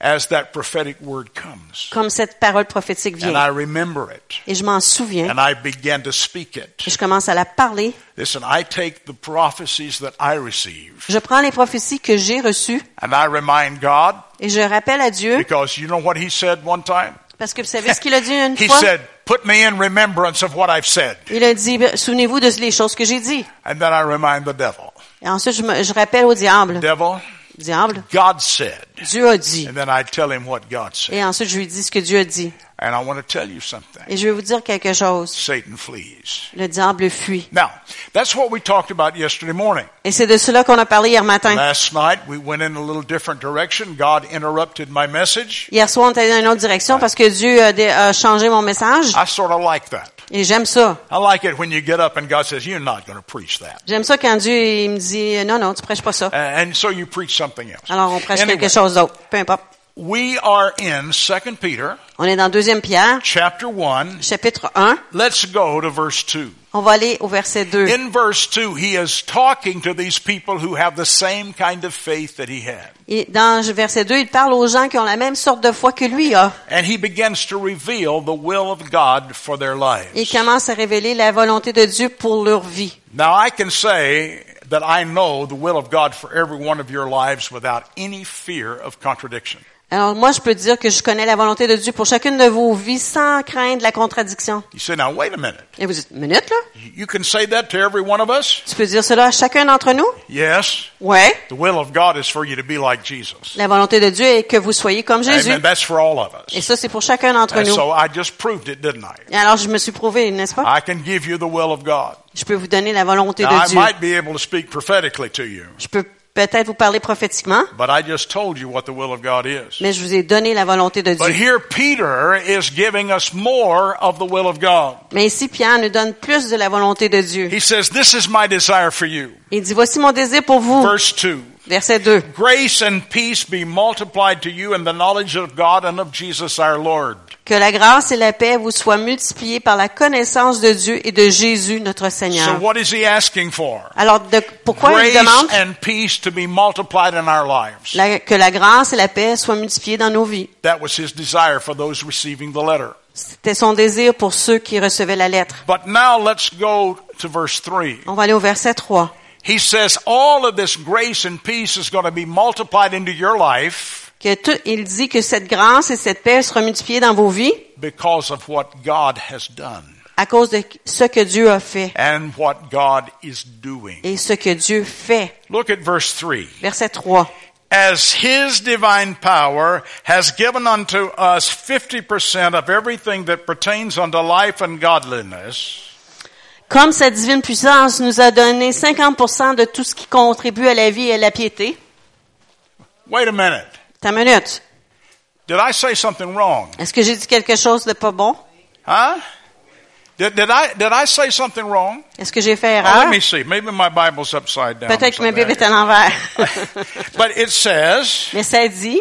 [SPEAKER 3] as that prophetic word comes.
[SPEAKER 2] comme cette parole prophétique
[SPEAKER 3] And I
[SPEAKER 2] vient.
[SPEAKER 3] remember it.
[SPEAKER 2] Et je m'en souviens.
[SPEAKER 3] And I begin to speak
[SPEAKER 2] Et
[SPEAKER 3] it.
[SPEAKER 2] je commence à la parler.
[SPEAKER 3] Listen, I take the prophecies that I receive
[SPEAKER 2] Je prends les prophéties que j'ai reçues
[SPEAKER 3] and I remind God
[SPEAKER 2] et je rappelle à Dieu,
[SPEAKER 3] because you know what he said one time?
[SPEAKER 2] parce que vous savez ce qu'il a dit une
[SPEAKER 3] He
[SPEAKER 2] fois?
[SPEAKER 3] said, put me in remembrance of what I've said.
[SPEAKER 2] Il a dit, ben, souvenez-vous de les choses que j'ai dit.
[SPEAKER 3] And then I remind the devil.
[SPEAKER 2] Et ensuite, je, me- je rappelle au diable,
[SPEAKER 3] Devil,
[SPEAKER 2] diable,
[SPEAKER 3] God said.
[SPEAKER 2] Dieu a dit.
[SPEAKER 3] And then I tell him what God said.
[SPEAKER 2] Et ensuite, je lui dis ce que Dieu a dit.
[SPEAKER 3] And I want to tell you something.
[SPEAKER 2] Et je vais vous dire quelque chose.
[SPEAKER 3] Satan flees.
[SPEAKER 2] Le diable fuit.
[SPEAKER 3] Now, that's what we talked about yesterday morning.
[SPEAKER 2] Et c'est de cela qu'on a parlé hier matin.
[SPEAKER 3] Last night, we went in a little different direction. God interrupted my message.
[SPEAKER 2] Hier soir, on est allé dans une autre direction parce que Dieu a, dé- a changé mon message.
[SPEAKER 3] I sort of like that.
[SPEAKER 2] Et j'aime ça.
[SPEAKER 3] I like it when you get up and God says, You're not going to preach that.
[SPEAKER 2] J'aime ça quand Dieu il me dit, non, non, tu prêches pas ça.
[SPEAKER 3] And so you preach something else.
[SPEAKER 2] Alors, on prêche
[SPEAKER 3] Anyway,
[SPEAKER 2] quelque chose d'autre. Peu importe.
[SPEAKER 3] We are in 2 Peter
[SPEAKER 2] On est dans 2 Pierre,
[SPEAKER 3] chapter 1.
[SPEAKER 2] chapitre 1.
[SPEAKER 3] Let's go to verse 2.
[SPEAKER 2] On va aller au verset 2.
[SPEAKER 3] In verse 2, he is talking to these people who have the same kind of faith that he had.
[SPEAKER 2] Et dans verset 2, il parle aux gens qui ont la même sorte de foi que lui hein. a.
[SPEAKER 3] And he begins to reveal the will of God for their
[SPEAKER 2] Et
[SPEAKER 3] lives.
[SPEAKER 2] il commence à révéler la volonté de Dieu pour leur vie.
[SPEAKER 3] Now, I can say that I know the will of God for every one of your lives without any fear of contradiction.
[SPEAKER 2] Alors moi, je peux dire que je connais la volonté de Dieu pour chacune de vos vies sans craindre la contradiction.
[SPEAKER 3] You say, now, wait a minute.
[SPEAKER 2] Et vous dites, minute là,
[SPEAKER 3] You can say that to every one of us?
[SPEAKER 2] tu peux dire cela à chacun d'entre nous?
[SPEAKER 3] Yes.
[SPEAKER 2] Ouais.
[SPEAKER 3] The will of God is for you to be like Jesus.
[SPEAKER 2] La volonté de Dieu est que vous soyez comme Jésus.
[SPEAKER 3] Amen. That's for all of
[SPEAKER 2] Et
[SPEAKER 3] us.
[SPEAKER 2] ça, c'est pour chacun d'entre
[SPEAKER 3] And
[SPEAKER 2] nous.
[SPEAKER 3] so I just proved it, didn't I?
[SPEAKER 2] Et alors, je me suis prouvé, n'est-ce pas?
[SPEAKER 3] I can give you the will of God.
[SPEAKER 2] Je peux vous donner la volonté
[SPEAKER 3] Now,
[SPEAKER 2] de
[SPEAKER 3] I
[SPEAKER 2] Dieu.
[SPEAKER 3] might be able to speak prophetically to you,
[SPEAKER 2] Je peux peut-être vous parler prophétiquement,
[SPEAKER 3] but I just told you what the will of God is.
[SPEAKER 2] mais je vous ai donné la volonté de
[SPEAKER 3] But
[SPEAKER 2] Dieu.
[SPEAKER 3] here, Peter is giving us more of the will of God.
[SPEAKER 2] Mais ici, Pierre nous donne plus de la volonté de Dieu.
[SPEAKER 3] He says, This is my desire for you.
[SPEAKER 2] Il dit, voici mon désir pour vous.
[SPEAKER 3] Verse 2
[SPEAKER 2] Verset 2.
[SPEAKER 3] Grace and peace be multiplied to you in the knowledge of God and of Jesus our Lord.
[SPEAKER 2] Que la grâce et la paix vous soient multipliées par la connaissance de Dieu et de Jésus, notre
[SPEAKER 3] So,
[SPEAKER 2] Seigneur.
[SPEAKER 3] what is he asking for?
[SPEAKER 2] Alors, de- pourquoi il
[SPEAKER 3] Grace
[SPEAKER 2] demande
[SPEAKER 3] and peace to be multiplied in our lives.
[SPEAKER 2] la- que la grâce et la paix soient multipliées dans nos vies?
[SPEAKER 3] That was his desire for those receiving the letter.
[SPEAKER 2] C'était son désir pour ceux qui recevaient la lettre.
[SPEAKER 3] But now let's go to verse 3.
[SPEAKER 2] On va aller au verset 3.
[SPEAKER 3] He says all of this grace and peace is going to be multiplied into your life
[SPEAKER 2] Que tout- il dit que cette grâce et cette paix seront multipliées dans vos vies
[SPEAKER 3] because of what God has done
[SPEAKER 2] à cause de ce que Dieu a fait
[SPEAKER 3] and what God is doing.
[SPEAKER 2] et ce que Dieu fait.
[SPEAKER 3] Look at verse 3.
[SPEAKER 2] Verset 3.
[SPEAKER 3] As his divine power has given unto us 50% of everything that pertains unto life and godliness,
[SPEAKER 2] Comme sa divine puissance nous a donné 50% de tout ce qui contribue à la vie et à la piété.
[SPEAKER 3] wait a minute.
[SPEAKER 2] Ta minute.
[SPEAKER 3] Did I say something wrong?
[SPEAKER 2] Est-ce que j'ai dit quelque chose de pas bon?
[SPEAKER 3] Huh? Did, did I did I say something wrong?
[SPEAKER 2] Est-ce que j'ai fait
[SPEAKER 3] Oh,
[SPEAKER 2] erreur?
[SPEAKER 3] let me see. Maybe my Bible's upside down. or
[SPEAKER 2] Peut-être que ma Bible est
[SPEAKER 3] something.
[SPEAKER 2] à l'envers.
[SPEAKER 3] but it says,
[SPEAKER 2] Mais ça dit,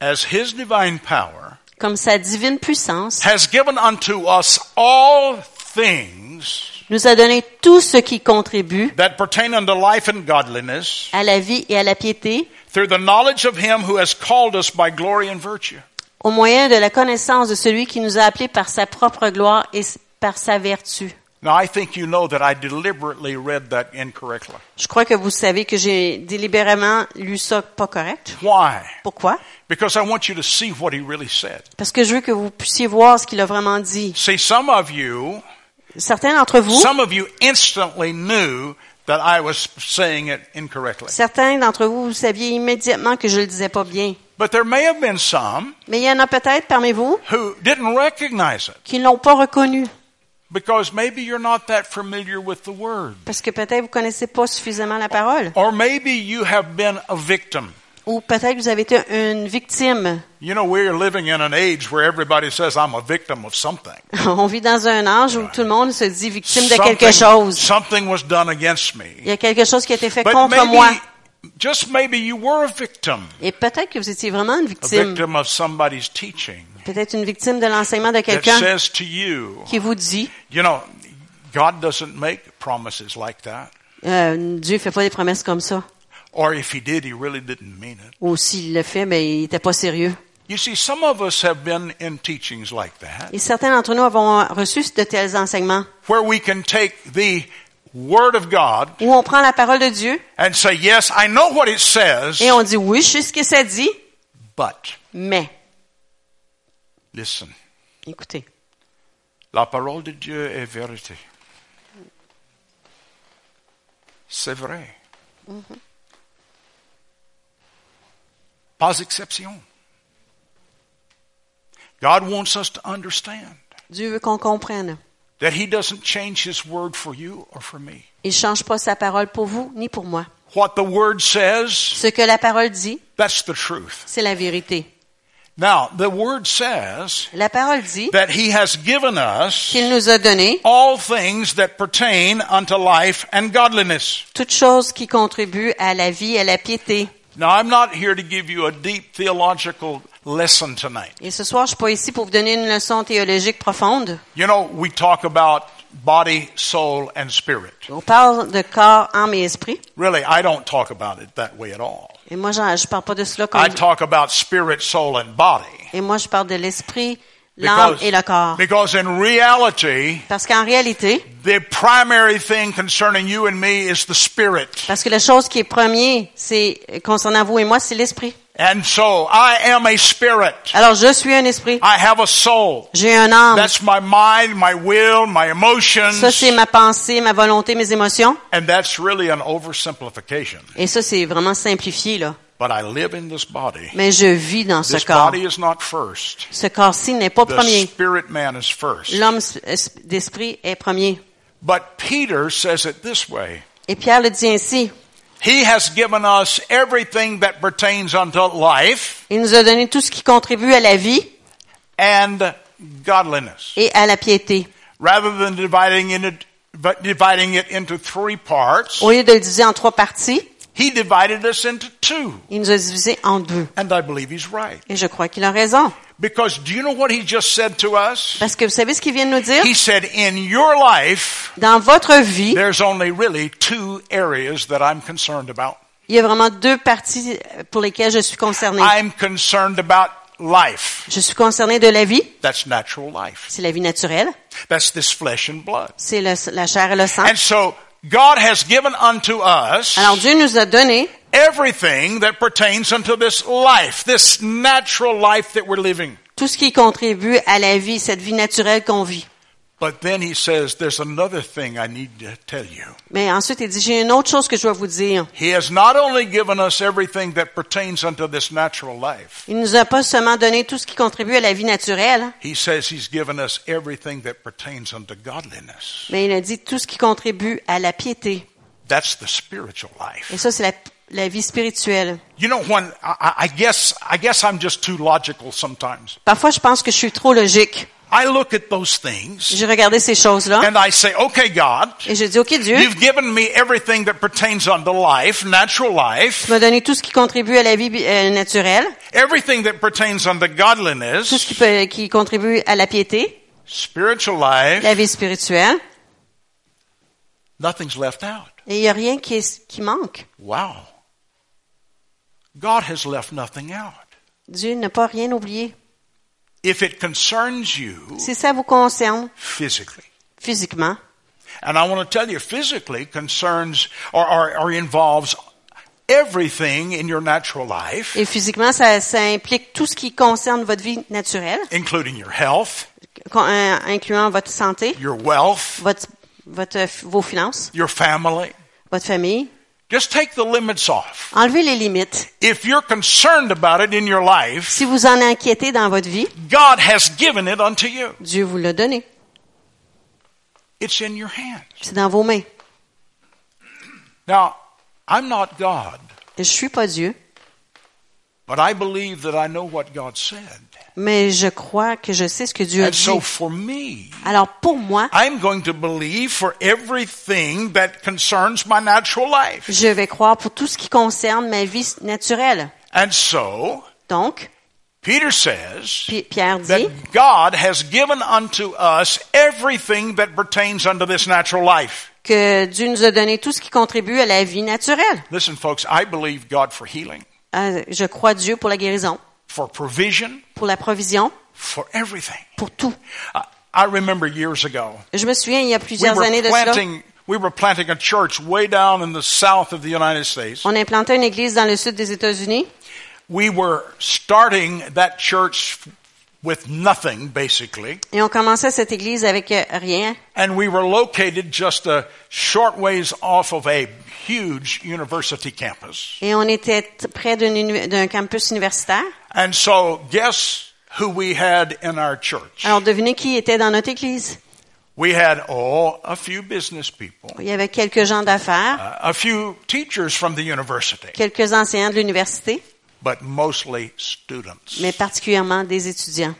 [SPEAKER 3] as His divine power
[SPEAKER 2] comme sa divine puissance
[SPEAKER 3] has given unto us all things
[SPEAKER 2] nous a donné tout ce qui contribue
[SPEAKER 3] that pertain unto life and godliness,
[SPEAKER 2] à la vie et à la piété
[SPEAKER 3] through the knowledge of Him who has called us by glory and virtue.
[SPEAKER 2] au moyen de la connaissance de celui qui nous a appelés par sa propre gloire et par sa vertu.
[SPEAKER 3] Now I think you know that I deliberately read that incorrectly.
[SPEAKER 2] Je crois que vous savez que j'ai délibérément lu ça pas correct.
[SPEAKER 3] Why?
[SPEAKER 2] Pourquoi?
[SPEAKER 3] Because I want you to see what He really said.
[SPEAKER 2] Parce que je veux que vous puissiez voir ce qu'il a vraiment dit.
[SPEAKER 3] See, some of you
[SPEAKER 2] Certains d'entre vous,
[SPEAKER 3] Some of you instantly knew that I was saying it incorrectly.
[SPEAKER 2] certains d'entre vous, vous saviez immédiatement que je le disais pas bien.
[SPEAKER 3] But there may have been some
[SPEAKER 2] Mais il y en a peut-être parmi vous
[SPEAKER 3] who didn't recognize it
[SPEAKER 2] qui ne l'ont pas reconnu.
[SPEAKER 3] because maybe you're not that familiar with the word.
[SPEAKER 2] Parce que peut-être vous connaissez pas suffisamment la parole.
[SPEAKER 3] Or maybe you have been a victim.
[SPEAKER 2] Ou peut-être vous avez été une victime.
[SPEAKER 3] You know, we're living in an age where everybody says, I'm a victim of something.
[SPEAKER 2] On vit dans un âge où tout le monde se dit victime de quelque
[SPEAKER 3] Something,
[SPEAKER 2] chose.
[SPEAKER 3] something was done against
[SPEAKER 2] Il
[SPEAKER 3] me.
[SPEAKER 2] y a quelque chose qui a été fait
[SPEAKER 3] But
[SPEAKER 2] contre moi.
[SPEAKER 3] maybe, just maybe you were a victim.
[SPEAKER 2] Et peut-être que vous étiez vraiment une
[SPEAKER 3] A
[SPEAKER 2] victime.
[SPEAKER 3] victim of somebody's teaching
[SPEAKER 2] Peut-être une victime de l'enseignement de
[SPEAKER 3] that
[SPEAKER 2] quelqu'un
[SPEAKER 3] says to you,
[SPEAKER 2] qui vous dit,
[SPEAKER 3] You know, God doesn't make promises like that.
[SPEAKER 2] euh, Dieu fait pas des promesses comme ça.
[SPEAKER 3] Or if He did, He really didn't mean it.
[SPEAKER 2] Ou s'il le fait, mais il était pas sérieux.
[SPEAKER 3] You see, some of us have been in teachings like that,
[SPEAKER 2] Et certains d'entre nous avons reçu de tels enseignements.
[SPEAKER 3] where we can take the Word of God
[SPEAKER 2] Où on prend la parole de Dieu
[SPEAKER 3] and say, Yes, I know what it says,
[SPEAKER 2] et on dit oui, je sais ce que ça dit,
[SPEAKER 3] but
[SPEAKER 2] mais,
[SPEAKER 3] listen,
[SPEAKER 2] écoutez,
[SPEAKER 3] la parole de Dieu est vérité. C'est vrai. Pas exception. God wants us to understand
[SPEAKER 2] Dieu veut qu'on comprenne.
[SPEAKER 3] that He doesn't change His word for you or for me.
[SPEAKER 2] Il change pas sa parole pour vous ni pour moi.
[SPEAKER 3] What the word says,
[SPEAKER 2] Ce que la parole dit,
[SPEAKER 3] that's the truth.
[SPEAKER 2] c'est la vérité.
[SPEAKER 3] Now, the word says
[SPEAKER 2] La parole dit
[SPEAKER 3] that He has given us
[SPEAKER 2] qu'il nous a donné
[SPEAKER 3] all things that pertain unto life and godliness.
[SPEAKER 2] toutes choses qui contribuent à la vie et à la piété.
[SPEAKER 3] Now, I'm not here to give you a deep theological lesson tonight.
[SPEAKER 2] Et ce soir, je suis pas ici pour vous donner une leçon théologique profonde.
[SPEAKER 3] You know, we talk about body, soul, and spirit.
[SPEAKER 2] On parle de corps, âme et esprit.
[SPEAKER 3] Really, I don't talk about it that way at all.
[SPEAKER 2] Et moi, j'en- je parle pas de cela comme.
[SPEAKER 3] I talk about spirit, soul, and body.
[SPEAKER 2] Et moi, je parle de l'esprit, l'âme
[SPEAKER 3] Because,
[SPEAKER 2] et le corps.
[SPEAKER 3] because in reality,
[SPEAKER 2] Parce qu'en réalité,
[SPEAKER 3] the primary thing concerning you and me is the spirit.
[SPEAKER 2] parce que la chose qui est premier, c'est euh, concernant vous et moi, c'est l'esprit.
[SPEAKER 3] And so I am a spirit.
[SPEAKER 2] Alors, je suis un esprit.
[SPEAKER 3] I have a soul.
[SPEAKER 2] J'ai un âme.
[SPEAKER 3] That's my mind, my will, my emotions.
[SPEAKER 2] Ça, c'est ma pensée, ma volonté, mes émotions.
[SPEAKER 3] And that's really an oversimplification.
[SPEAKER 2] Et ça, c'est vraiment simplifié, là.
[SPEAKER 3] But I live in this body.
[SPEAKER 2] Mais je vis dans ce
[SPEAKER 3] This
[SPEAKER 2] corps.
[SPEAKER 3] body is not first.
[SPEAKER 2] Ce corps-ci n'est pas
[SPEAKER 3] The
[SPEAKER 2] premier.
[SPEAKER 3] spirit man is first.
[SPEAKER 2] L'homme s- s- d'esprit est premier.
[SPEAKER 3] But Peter says it this way.
[SPEAKER 2] Et Pierre le dit ainsi.
[SPEAKER 3] He has given us everything that pertains unto life
[SPEAKER 2] Il nous a donné tout ce qui contribue à la vie
[SPEAKER 3] and godliness.
[SPEAKER 2] et à la piété.
[SPEAKER 3] Rather than dividing it, but dividing it into three parts,
[SPEAKER 2] Au lieu de le diviser en trois parties,
[SPEAKER 3] he divided us into two.
[SPEAKER 2] il nous a divisé en deux.
[SPEAKER 3] And I believe he's right.
[SPEAKER 2] Et je crois qu'il a raison.
[SPEAKER 3] Because do you know what he just said to us?
[SPEAKER 2] Parce que vous savez ce qu'il vient de nous dire?
[SPEAKER 3] He said, in your life,
[SPEAKER 2] Dans votre vie,
[SPEAKER 3] there's only really two areas that I'm concerned about.
[SPEAKER 2] il y a vraiment deux parties pour lesquelles je suis concernée.
[SPEAKER 3] I'm concerned about life.
[SPEAKER 2] Je suis concernée de la vie,
[SPEAKER 3] That's natural life.
[SPEAKER 2] c'est la vie naturelle,
[SPEAKER 3] That's this flesh and blood.
[SPEAKER 2] c'est le- la chair et le sang.
[SPEAKER 3] And so God has given unto us
[SPEAKER 2] Alors Dieu nous a donné
[SPEAKER 3] everything that pertains unto this life, this natural life that we're living.
[SPEAKER 2] tout ce qui contribue à la vie, cette vie naturelle qu'on vit.
[SPEAKER 3] But then he says, there's another thing I need to tell you.
[SPEAKER 2] Mais ensuite, il dit, j'ai une autre chose que je dois vous dire.
[SPEAKER 3] He has not only given us everything that pertains unto this natural life,
[SPEAKER 2] Il nous a pas seulement donné tout ce qui contribue à la vie naturelle,
[SPEAKER 3] he says he's given us everything that pertains unto godliness.
[SPEAKER 2] mais il a dit tout ce qui contribue à la piété.
[SPEAKER 3] That's the spiritual
[SPEAKER 2] Et
[SPEAKER 3] life.
[SPEAKER 2] ça, c'est la, la vie spirituelle.
[SPEAKER 3] You know, when I, I- I guess, I guess I'm just too logical sometimes.
[SPEAKER 2] Parfois, je pense que je suis trop logique.
[SPEAKER 3] I look at those things
[SPEAKER 2] J'ai regardé ces choses-là
[SPEAKER 3] and I say, okay, God,
[SPEAKER 2] et j'ai dit, OK Dieu,
[SPEAKER 3] You've given me everything that pertains unto life, natural
[SPEAKER 2] tu
[SPEAKER 3] life,
[SPEAKER 2] m'as donné tout ce qui contribue à la vie euh, naturelle,
[SPEAKER 3] everything that pertains unto
[SPEAKER 2] tout ce qui,
[SPEAKER 3] godliness,
[SPEAKER 2] peut- qui contribue à la piété,
[SPEAKER 3] spiritual
[SPEAKER 2] la
[SPEAKER 3] life.
[SPEAKER 2] vie spirituelle,
[SPEAKER 3] Nothing's left out.
[SPEAKER 2] et il n'y a rien qui, est- qui manque.
[SPEAKER 3] Wow. God has left nothing out.
[SPEAKER 2] Dieu n'a pas rien oublié.
[SPEAKER 3] If it concerns you
[SPEAKER 2] Si ça vous concerne
[SPEAKER 3] physically,
[SPEAKER 2] physiquement,
[SPEAKER 3] and I want to tell you, physically concerns or, or, or involves everything in your natural life,
[SPEAKER 2] et physiquement, ça, ça implique tout ce qui concerne votre vie naturelle,
[SPEAKER 3] including your health,
[SPEAKER 2] con- euh, incluant votre santé,
[SPEAKER 3] your wealth,
[SPEAKER 2] votre, votre, vos finances,
[SPEAKER 3] your family.
[SPEAKER 2] votre famille.
[SPEAKER 3] Just take the limits off.
[SPEAKER 2] Enlevez les limites.
[SPEAKER 3] If you're concerned about it in your life,
[SPEAKER 2] Si vous en inquiétez dans votre vie,
[SPEAKER 3] God has given it unto you.
[SPEAKER 2] Dieu vous l'a donné.
[SPEAKER 3] It's in your hands.
[SPEAKER 2] C'est dans vos mains.
[SPEAKER 3] Now, I'm not God,
[SPEAKER 2] Je suis pas Dieu,
[SPEAKER 3] but I believe that I know what God said.
[SPEAKER 2] mais je crois que je sais ce que Dieu a
[SPEAKER 3] And
[SPEAKER 2] dit.
[SPEAKER 3] so for me,
[SPEAKER 2] Alors pour moi,
[SPEAKER 3] I'm going to believe for everything that concerns my natural life.
[SPEAKER 2] je vais croire pour tout ce qui concerne ma vie naturelle.
[SPEAKER 3] And so,
[SPEAKER 2] Donc,
[SPEAKER 3] Peter says
[SPEAKER 2] Pi- Pierre dit,
[SPEAKER 3] that God has given unto us everything that pertains unto this natural life.
[SPEAKER 2] que Dieu nous a donné tout ce qui contribue à la vie naturelle.
[SPEAKER 3] Listen, folks, I believe God for healing,
[SPEAKER 2] Euh, je crois Dieu pour la guérison,
[SPEAKER 3] for provision,
[SPEAKER 2] pour la provision,
[SPEAKER 3] for everything.
[SPEAKER 2] pour tout.
[SPEAKER 3] I- I remember years ago,
[SPEAKER 2] Je me souviens, il y a
[SPEAKER 3] we
[SPEAKER 2] plusieurs
[SPEAKER 3] were,
[SPEAKER 2] années de cela,
[SPEAKER 3] planting, we were planting a church way down in the south of the United States.
[SPEAKER 2] on implantait une église dans le sud des États-Unis.
[SPEAKER 3] We were starting that church with nothing, basically.
[SPEAKER 2] Et on commençait cette église avec euh, rien.
[SPEAKER 3] And we were located just a short ways off of a huge university campus.
[SPEAKER 2] Et on était t- près d'une uni- d'un campus universitaire.
[SPEAKER 3] And so, guess who we had in our church?
[SPEAKER 2] Alors devinez qui était dans notre église.
[SPEAKER 3] We had, oh, a few business people,
[SPEAKER 2] Il y avait quelques gens d'affaires,
[SPEAKER 3] uh, a few teachers from the university,
[SPEAKER 2] quelques enseignants de l'université,
[SPEAKER 3] but mostly students.
[SPEAKER 2] mais particulièrement des étudiants.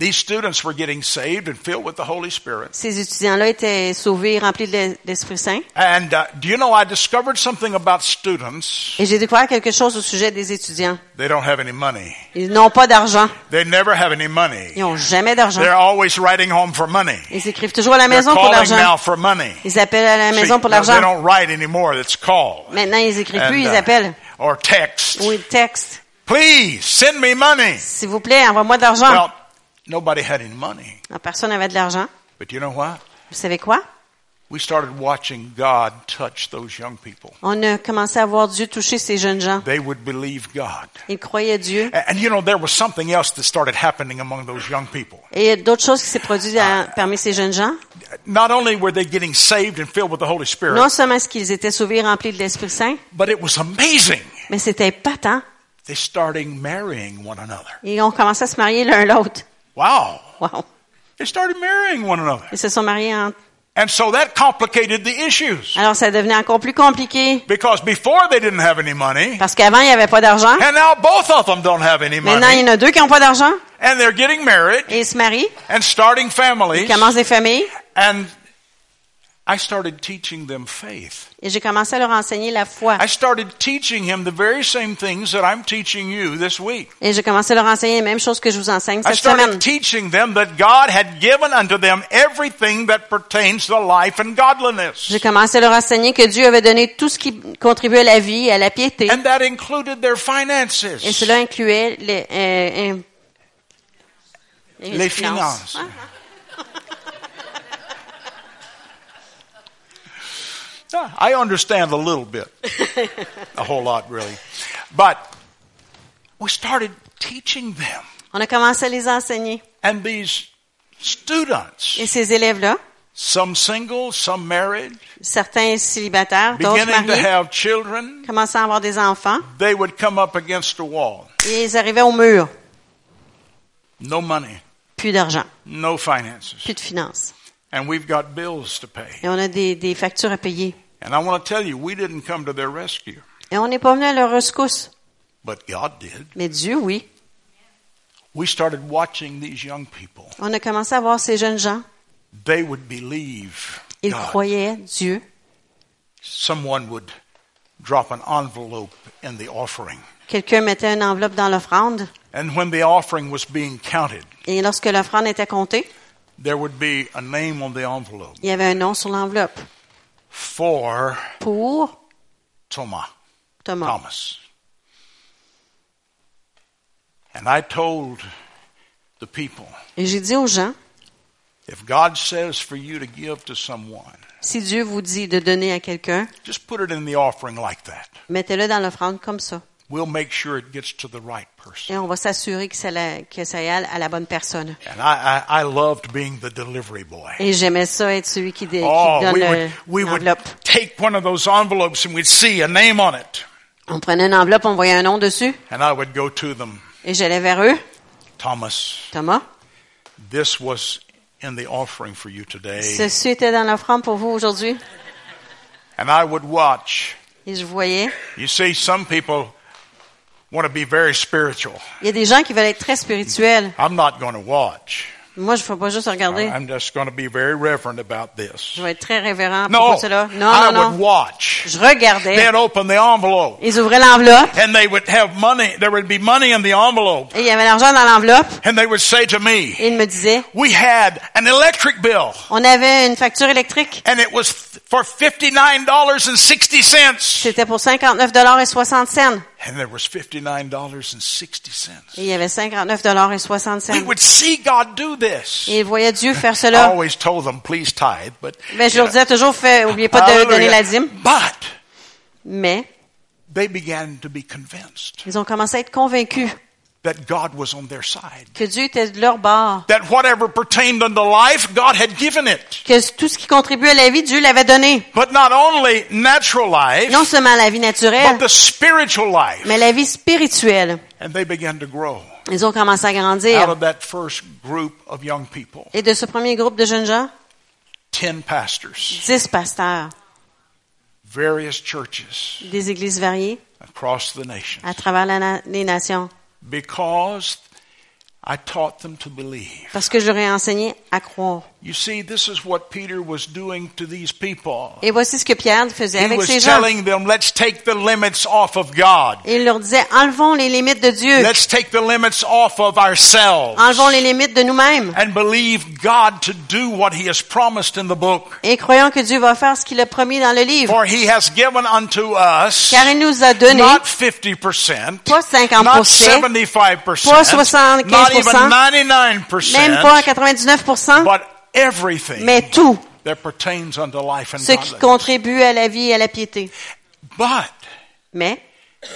[SPEAKER 3] These students were getting saved and filled with the Holy Spirit.
[SPEAKER 2] Ces étudiants-là étaient sauvés, remplis de l'E- de l'Esprit Saint.
[SPEAKER 3] And uh, do you know, I discovered something about students.
[SPEAKER 2] Et j'ai découvert quelque chose au sujet des étudiants.
[SPEAKER 3] They don't have any money.
[SPEAKER 2] Ils n'ont pas d'argent.
[SPEAKER 3] They never have any money.
[SPEAKER 2] Ils n'ont jamais d'argent.
[SPEAKER 3] They're always writing home for money.
[SPEAKER 2] Ils écrivent toujours à la
[SPEAKER 3] They're
[SPEAKER 2] maison pour
[SPEAKER 3] calling
[SPEAKER 2] l'argent.
[SPEAKER 3] now for money.
[SPEAKER 2] Ils appellent à la
[SPEAKER 3] See,
[SPEAKER 2] maison pour
[SPEAKER 3] now they
[SPEAKER 2] l'argent.
[SPEAKER 3] don't write anymore. It's call.
[SPEAKER 2] Maintenant, ils écrivent plus,
[SPEAKER 3] And,
[SPEAKER 2] ils
[SPEAKER 3] uh,
[SPEAKER 2] appellent.
[SPEAKER 3] or text.
[SPEAKER 2] Ou ils textent.
[SPEAKER 3] Please send me money.
[SPEAKER 2] S'il vous plaît, envoie-moi de l'argent.
[SPEAKER 3] Well, nobody had any money.
[SPEAKER 2] Non, Personne n'avait de l'argent.
[SPEAKER 3] But you know what?
[SPEAKER 2] Vous savez quoi?
[SPEAKER 3] We started watching God touch those young people.
[SPEAKER 2] On a commencé à voir Dieu toucher ces jeunes gens.
[SPEAKER 3] They would believe God.
[SPEAKER 2] Ils croyaient Dieu.
[SPEAKER 3] And, and you know, there was something else that started happening among those young people.
[SPEAKER 2] Et il y a d'autres choses qui s'est produites à- parmi ces jeunes gens.
[SPEAKER 3] Not only were they getting saved and filled with the Holy Spirit,
[SPEAKER 2] Non seulement est-ce qu'ils étaient sauvés et remplis de l'Esprit Saint,
[SPEAKER 3] but it was amazing.
[SPEAKER 2] mais c'était épatant.
[SPEAKER 3] They started marrying one another.
[SPEAKER 2] Ils ont commencé à se marier l'un l'autre.
[SPEAKER 3] Wow.
[SPEAKER 2] Wow.
[SPEAKER 3] They started marrying one another.
[SPEAKER 2] Ils se sont mariés en...
[SPEAKER 3] And so that complicated the issues.
[SPEAKER 2] Alors ça devenait encore plus compliqué.
[SPEAKER 3] Because before they didn't have any money,
[SPEAKER 2] Parce qu'avant, il n'y avait pas d'argent.
[SPEAKER 3] and now both of them don't have any
[SPEAKER 2] Maintenant, il y
[SPEAKER 3] money.
[SPEAKER 2] en a deux qui n'ont pas d'argent.
[SPEAKER 3] And they're getting married
[SPEAKER 2] Et ils se marient.
[SPEAKER 3] and starting
[SPEAKER 2] Ils
[SPEAKER 3] families.
[SPEAKER 2] commencent des familles.
[SPEAKER 3] And I started teaching them faith.
[SPEAKER 2] Et j'ai commencé à leur enseigner la foi.
[SPEAKER 3] I started teaching him the very same things that I'm teaching you this week.
[SPEAKER 2] Et j'ai commencé à leur enseigner les mêmes choses que je vous enseigne
[SPEAKER 3] I
[SPEAKER 2] cette semaine.
[SPEAKER 3] started teaching them that God had given unto them everything that pertains to life and godliness.
[SPEAKER 2] J'ai commencé à leur enseigner que Dieu avait donné tout ce qui contribuait à la vie, à la piété.
[SPEAKER 3] And that included their
[SPEAKER 2] Et
[SPEAKER 3] finances.
[SPEAKER 2] cela incluait les, euh, euh,
[SPEAKER 3] Les finances. Ah, I understand a little bit. a whole lot, really. But we started teaching them.
[SPEAKER 2] On a commencé à les enseigner.
[SPEAKER 3] And these students,
[SPEAKER 2] Et ces élèves-là,
[SPEAKER 3] some single, some married,
[SPEAKER 2] certains célibataires, d'autres
[SPEAKER 3] beginning to
[SPEAKER 2] mariés,
[SPEAKER 3] have children,
[SPEAKER 2] commençaient à avoir des enfants.
[SPEAKER 3] they would come up against a wall.
[SPEAKER 2] Et ils arrivaient au mur.
[SPEAKER 3] No money,
[SPEAKER 2] Plus d'argent,
[SPEAKER 3] no finances.
[SPEAKER 2] plus de finances.
[SPEAKER 3] And we've got bills to pay.
[SPEAKER 2] Et on a des, des factures à payer.
[SPEAKER 3] And I want to tell you, we didn't come to their rescue,
[SPEAKER 2] Et on n'est pas venu à leur rescousse.
[SPEAKER 3] but God did.
[SPEAKER 2] Mais Dieu, oui.
[SPEAKER 3] We started watching these young people.
[SPEAKER 2] On a commencé à voir ces jeunes gens.
[SPEAKER 3] They would believe
[SPEAKER 2] Ils
[SPEAKER 3] God.
[SPEAKER 2] croyaient Dieu.
[SPEAKER 3] Someone would drop an envelope in the offering.
[SPEAKER 2] Quelqu'un mettait une enveloppe dans l'offrande.
[SPEAKER 3] And when the offering was being counted,
[SPEAKER 2] Et lorsque l'offrande était comptée,
[SPEAKER 3] there would be a name on the envelope
[SPEAKER 2] il y avait un nom sur l'enveloppe.
[SPEAKER 3] for
[SPEAKER 2] Pour
[SPEAKER 3] Thomas.
[SPEAKER 2] Thomas.
[SPEAKER 3] Thomas. And I told the people,
[SPEAKER 2] Et j'ai dit aux gens,
[SPEAKER 3] if God says for you to give to someone,
[SPEAKER 2] si Dieu vous dit de donner à quelqu'un,
[SPEAKER 3] just put it in the offering like that.
[SPEAKER 2] mettez-le dans l'offrande comme ça.
[SPEAKER 3] We'll make sure it gets to the right person.
[SPEAKER 2] Et on va s'assurer que ça, la- que ça y aille à la bonne personne.
[SPEAKER 3] And I, I, I loved being the delivery boy.
[SPEAKER 2] Et j'aimais ça être celui qui, dé- qui
[SPEAKER 3] Oh,
[SPEAKER 2] donne
[SPEAKER 3] we
[SPEAKER 2] le-
[SPEAKER 3] would, we would
[SPEAKER 2] l'enveloppe.
[SPEAKER 3] take one of those envelopes and we'd see a name on it.
[SPEAKER 2] On prenait une enveloppe, on voyait un nom dessus,
[SPEAKER 3] And I would go to them,
[SPEAKER 2] et j'allais vers eux.
[SPEAKER 3] Thomas,
[SPEAKER 2] Thomas,
[SPEAKER 3] this was in the offering for you today.
[SPEAKER 2] ceci était dans l'offrande pour vous aujourd'hui.
[SPEAKER 3] And I would watch.
[SPEAKER 2] Et je voyais,
[SPEAKER 3] You see, some people want to be very spiritual.
[SPEAKER 2] il y a des gens qui veulent être très spirituels.
[SPEAKER 3] I'm not going to watch.
[SPEAKER 2] Moi, je ne vais pas juste regarder.
[SPEAKER 3] I'm just going to be very reverent about this.
[SPEAKER 2] Je vais être très révérent
[SPEAKER 3] No,
[SPEAKER 2] pour cela.
[SPEAKER 3] I
[SPEAKER 2] Non, non,
[SPEAKER 3] would
[SPEAKER 2] non.
[SPEAKER 3] watch.
[SPEAKER 2] Je regardais.
[SPEAKER 3] They'd open the envelope
[SPEAKER 2] Ils ouvraient l'enveloppe,
[SPEAKER 3] and they would have money. There would be money in the envelope.
[SPEAKER 2] et il y avait l'argent dans l'enveloppe,
[SPEAKER 3] And they would say to me,
[SPEAKER 2] et ils me disaient,
[SPEAKER 3] we had an electric bill
[SPEAKER 2] on avait une facture électrique.
[SPEAKER 3] and it was for $59.60.
[SPEAKER 2] C'était pour 59 dollars et 60 cents.
[SPEAKER 3] And there was $59.60.
[SPEAKER 2] Et il y avait 59 dollars et 60 cents.
[SPEAKER 3] We would see God do this.
[SPEAKER 2] Et ils voyaient Dieu faire
[SPEAKER 3] I
[SPEAKER 2] cela.
[SPEAKER 3] always told them, please tithe, but
[SPEAKER 2] Mais je leur disais toujours, fais, oubliez pas de
[SPEAKER 3] Hallelujah.
[SPEAKER 2] donner la dîme.
[SPEAKER 3] But
[SPEAKER 2] Mais
[SPEAKER 3] they began to be convinced.
[SPEAKER 2] ils ont commencé à être convaincus.
[SPEAKER 3] that God was on their side.
[SPEAKER 2] que Dieu était de leur bord,
[SPEAKER 3] That whatever pertained unto life, God had given it.
[SPEAKER 2] que tout ce qui contribue à la vie, Dieu l'avait donné.
[SPEAKER 3] But not only natural life,
[SPEAKER 2] Non seulement la vie
[SPEAKER 3] but
[SPEAKER 2] naturelle,
[SPEAKER 3] the spiritual life.
[SPEAKER 2] mais la vie spirituelle.
[SPEAKER 3] And they began to grow
[SPEAKER 2] Ils ont commencé à
[SPEAKER 3] out
[SPEAKER 2] grandir.
[SPEAKER 3] of that first group of young people.
[SPEAKER 2] Et de ce premier groupe de jeunes gens,
[SPEAKER 3] Ten pastors,
[SPEAKER 2] dix pasteurs
[SPEAKER 3] various churches
[SPEAKER 2] des églises variées
[SPEAKER 3] across the nation.
[SPEAKER 2] à travers la na- les nations.
[SPEAKER 3] Because I taught them to believe.
[SPEAKER 2] Parce que j'aurais enseigné à croire.
[SPEAKER 3] You see, this is what Peter was doing to these people.
[SPEAKER 2] Et voici ce que Pierre faisait
[SPEAKER 3] He
[SPEAKER 2] avec
[SPEAKER 3] was
[SPEAKER 2] ces gens.
[SPEAKER 3] telling them, let's take the limits off of God.
[SPEAKER 2] Et il leur disait, enlevons les limites de Dieu.
[SPEAKER 3] Let's take the limits off of ourselves.
[SPEAKER 2] Enlevons les limites de nous-mêmes.
[SPEAKER 3] And believe God to do what He has promised in the book.
[SPEAKER 2] Et croyons que Dieu va faire ce qu'il a promis dans le livre.
[SPEAKER 3] For He has given unto us
[SPEAKER 2] Car il nous a donné
[SPEAKER 3] not 50%,
[SPEAKER 2] pas
[SPEAKER 3] not
[SPEAKER 2] 50%,
[SPEAKER 3] 75%,
[SPEAKER 2] Pas 75%,
[SPEAKER 3] not even 99%,
[SPEAKER 2] même pas à 99%,
[SPEAKER 3] but everything
[SPEAKER 2] mais tout
[SPEAKER 3] that pertains unto life and
[SPEAKER 2] ce qui
[SPEAKER 3] godliness.
[SPEAKER 2] contribue à la vie et à la piété.
[SPEAKER 3] But
[SPEAKER 2] Mais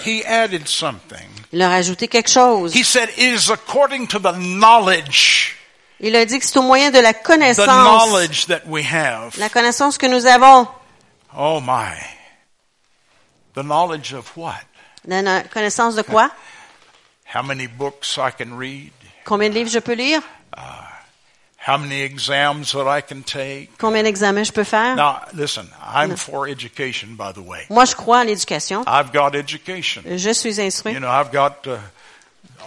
[SPEAKER 3] He added something.
[SPEAKER 2] il leur a ajouté quelque chose.
[SPEAKER 3] He said, it is according to the knowledge,
[SPEAKER 2] Il a dit que c'est au moyen de la
[SPEAKER 3] the
[SPEAKER 2] connaissance,
[SPEAKER 3] knowledge that we have.
[SPEAKER 2] la connaissance que nous avons,
[SPEAKER 3] Oh my. The knowledge of what?
[SPEAKER 2] la na- connaissance de quoi,
[SPEAKER 3] How many books I can read?
[SPEAKER 2] combien de livres je peux lire,
[SPEAKER 3] How many exams that I can take?
[SPEAKER 2] combien d'examens je peux faire.
[SPEAKER 3] Now, listen, I'm for education, by the way.
[SPEAKER 2] Moi, je crois à l'éducation.
[SPEAKER 3] I've got education.
[SPEAKER 2] Je suis instruit.
[SPEAKER 3] You know, I've got uh,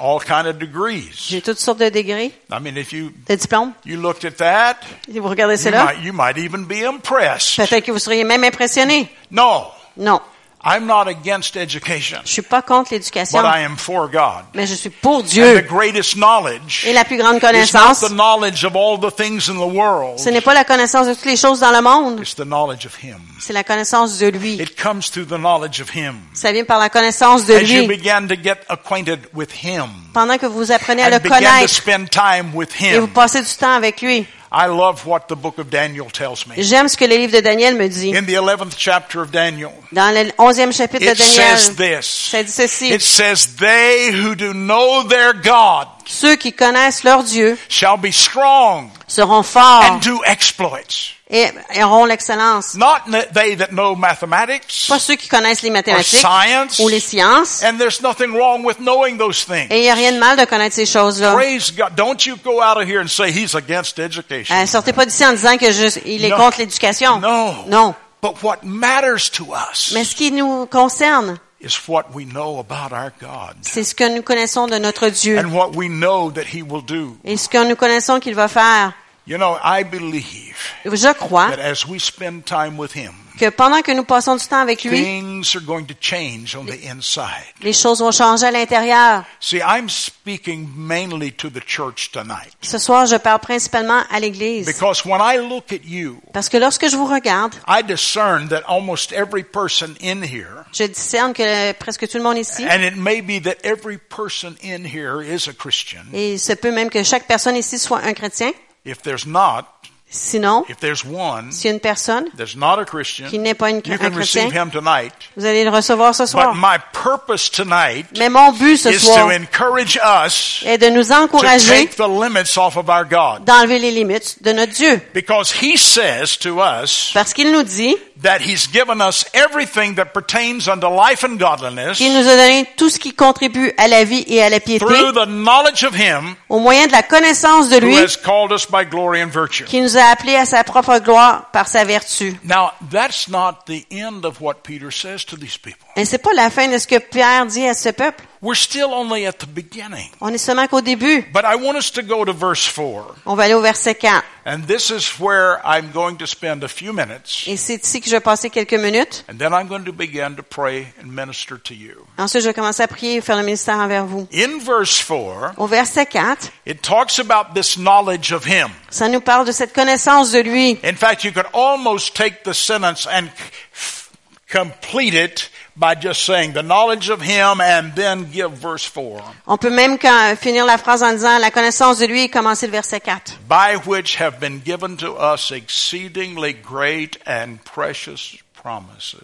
[SPEAKER 3] all kind of degrees.
[SPEAKER 2] J'ai toutes sortes de degrés,
[SPEAKER 3] I mean, if you
[SPEAKER 2] de diplômes.
[SPEAKER 3] you looked at that,
[SPEAKER 2] Et vous regardez
[SPEAKER 3] you
[SPEAKER 2] cela,
[SPEAKER 3] might, you might even be impressed.
[SPEAKER 2] peut-être que vous seriez même impressionné.
[SPEAKER 3] No,
[SPEAKER 2] Non,
[SPEAKER 3] I'm not against education,
[SPEAKER 2] je suis pas contre l'éducation,
[SPEAKER 3] but I am for God.
[SPEAKER 2] mais je suis pour
[SPEAKER 3] And the
[SPEAKER 2] Dieu.
[SPEAKER 3] greatest knowledge
[SPEAKER 2] Et la plus grande
[SPEAKER 3] It's not
[SPEAKER 2] connaissance,
[SPEAKER 3] the knowledge of all the things in the world.
[SPEAKER 2] ce n'est pas la connaissance de toutes les choses dans le monde,
[SPEAKER 3] It's the knowledge of Him.
[SPEAKER 2] c'est la connaissance de lui.
[SPEAKER 3] It comes through the knowledge of Him.
[SPEAKER 2] Ça vient par la connaissance de
[SPEAKER 3] As you
[SPEAKER 2] lui.
[SPEAKER 3] began to get acquainted with Him
[SPEAKER 2] Pendant que vous apprenez à le
[SPEAKER 3] and began to
[SPEAKER 2] connaître
[SPEAKER 3] spend time with
[SPEAKER 2] et vous
[SPEAKER 3] Him,
[SPEAKER 2] passez du temps avec lui.
[SPEAKER 3] I love what the book of Daniel tells me.
[SPEAKER 2] J'aime ce que le livre de Daniel me dit.
[SPEAKER 3] In the 11th chapter of Daniel,
[SPEAKER 2] Dans le onzième chapitre de
[SPEAKER 3] it says
[SPEAKER 2] Daniel,
[SPEAKER 3] this.
[SPEAKER 2] ça dit ceci.
[SPEAKER 3] It says, They who do know their God
[SPEAKER 2] Ceux qui connaissent leur Dieu
[SPEAKER 3] shall be strong
[SPEAKER 2] seront forts
[SPEAKER 3] and do exploits.
[SPEAKER 2] et auront l'excellence.
[SPEAKER 3] Not n- they that know mathematics
[SPEAKER 2] Pas ceux qui connaissent les
[SPEAKER 3] or
[SPEAKER 2] mathématiques
[SPEAKER 3] science.
[SPEAKER 2] ou les sciences.
[SPEAKER 3] And there's nothing wrong with knowing those things.
[SPEAKER 2] Et il n'y a rien de mal de connaître ces choses-là.
[SPEAKER 3] Praise God. Don't you go out of here and say he's against education.
[SPEAKER 2] Euh, sortez pas d'ici en disant que je, il est
[SPEAKER 3] Non.
[SPEAKER 2] contre l'éducation.
[SPEAKER 3] No.
[SPEAKER 2] Non.
[SPEAKER 3] But what matters to us
[SPEAKER 2] Mais ce qui nous concerne,
[SPEAKER 3] is what we know about our God
[SPEAKER 2] c'est ce que nous connaissons de notre Dieu
[SPEAKER 3] and what we know that he will do.
[SPEAKER 2] et ce que nous connaissons qu'il va faire.
[SPEAKER 3] You know, I believe
[SPEAKER 2] Je crois
[SPEAKER 3] that as we spend time with him,
[SPEAKER 2] que pendant que nous passons du temps avec lui,
[SPEAKER 3] things are going to change on the inside.
[SPEAKER 2] les choses vont changer à l'intérieur.
[SPEAKER 3] See, I'm speaking mainly to the church tonight
[SPEAKER 2] Ce soir, je parle principalement à l'Église.
[SPEAKER 3] because when I look at you,
[SPEAKER 2] Parce que lorsque je vous regarde,
[SPEAKER 3] I discern that almost every person in here
[SPEAKER 2] je discerne que presque tout le monde ici,
[SPEAKER 3] And it may be that every person in here is a Christian.
[SPEAKER 2] et il se peut même que chaque personne ici soit un chrétien.
[SPEAKER 3] If there's not,
[SPEAKER 2] Sinon,
[SPEAKER 3] if there's one
[SPEAKER 2] si une personne
[SPEAKER 3] that's not a
[SPEAKER 2] qui
[SPEAKER 3] Christian,
[SPEAKER 2] n'est pas une,
[SPEAKER 3] you
[SPEAKER 2] un
[SPEAKER 3] can receive
[SPEAKER 2] chrétien,
[SPEAKER 3] him tonight.
[SPEAKER 2] vous allez le recevoir ce
[SPEAKER 3] But
[SPEAKER 2] soir.
[SPEAKER 3] my purpose tonight
[SPEAKER 2] Mais mon but ce
[SPEAKER 3] is to
[SPEAKER 2] soir
[SPEAKER 3] encourage us
[SPEAKER 2] est de nous
[SPEAKER 3] to
[SPEAKER 2] encourager
[SPEAKER 3] take the limits off of our God.
[SPEAKER 2] d'enlever les limites de notre Dieu.
[SPEAKER 3] Because he says to us
[SPEAKER 2] Parce qu'il nous dit
[SPEAKER 3] that he's given us everything that pertains unto life and godliness
[SPEAKER 2] qu'il nous a donné tout ce qui contribue à la vie et à la piété
[SPEAKER 3] through the knowledge of him
[SPEAKER 2] au moyen de la connaissance de
[SPEAKER 3] who
[SPEAKER 2] lui
[SPEAKER 3] has called us by glory and virtue.
[SPEAKER 2] qui nous a appelés à sa propre gloire par sa vertu.
[SPEAKER 3] Now, that's not the end of what Peter says to these people.
[SPEAKER 2] Et c'est pas la fin de ce que Pierre dit à ce peuple.
[SPEAKER 3] We're still only at the beginning.
[SPEAKER 2] On est seulement qu'au début.
[SPEAKER 3] But I want us to go to verse 4.
[SPEAKER 2] On va aller au verset 4.
[SPEAKER 3] And this is where I'm going to spend a few minutes.
[SPEAKER 2] Et c'est ici que je vais passer quelques minutes.
[SPEAKER 3] And then I'm going to begin to pray and minister to you.
[SPEAKER 2] Ensuite, je vais commencer à prier et faire le ministère envers vous.
[SPEAKER 3] In verse 4,
[SPEAKER 2] Au verset 4,
[SPEAKER 3] it talks about this knowledge of Him.
[SPEAKER 2] ça nous parle de cette connaissance de lui.
[SPEAKER 3] In fact, you could almost take the sentence and c- complete it by just saying the knowledge of Him and then give verse 4.
[SPEAKER 2] On peut même quand- euh, finir la phrase en disant la connaissance de lui et commencer le verset 4.
[SPEAKER 3] By which have been given to us exceedingly great and precious promises.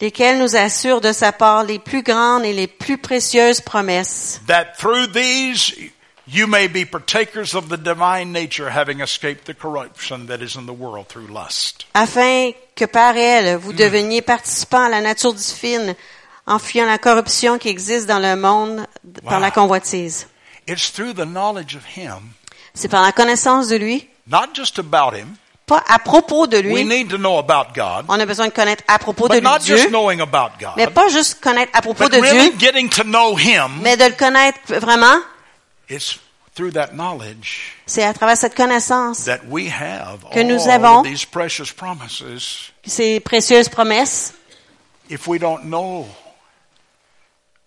[SPEAKER 2] lesquels nous assurent de sa part les plus grandes et les plus précieuses promesses,
[SPEAKER 3] that through these you may be partakers of the divine nature, having escaped the corruption that is in the world through lust.
[SPEAKER 2] afin que par elle vous deveniez participants à la nature divine, en fuyant la corruption qui existe dans le monde d- par
[SPEAKER 3] Wow.
[SPEAKER 2] la convoitise.
[SPEAKER 3] It's through the knowledge of Him,
[SPEAKER 2] C'est par la connaissance de lui,
[SPEAKER 3] not just about Him.
[SPEAKER 2] pas à propos de
[SPEAKER 3] We
[SPEAKER 2] lui.
[SPEAKER 3] need to know about God,
[SPEAKER 2] On a besoin de connaître à propos de
[SPEAKER 3] but
[SPEAKER 2] lui
[SPEAKER 3] not just
[SPEAKER 2] Dieu,
[SPEAKER 3] knowing about God,
[SPEAKER 2] mais pas juste connaître à propos
[SPEAKER 3] but
[SPEAKER 2] de Dieu,
[SPEAKER 3] really getting to know Him.
[SPEAKER 2] mais de le connaître vraiment.
[SPEAKER 3] It's through that knowledge
[SPEAKER 2] C'est à travers cette connaissance
[SPEAKER 3] that we have
[SPEAKER 2] Que nous
[SPEAKER 3] all
[SPEAKER 2] avons-
[SPEAKER 3] of these precious promises.
[SPEAKER 2] ces précieuses promesses.
[SPEAKER 3] If we don't know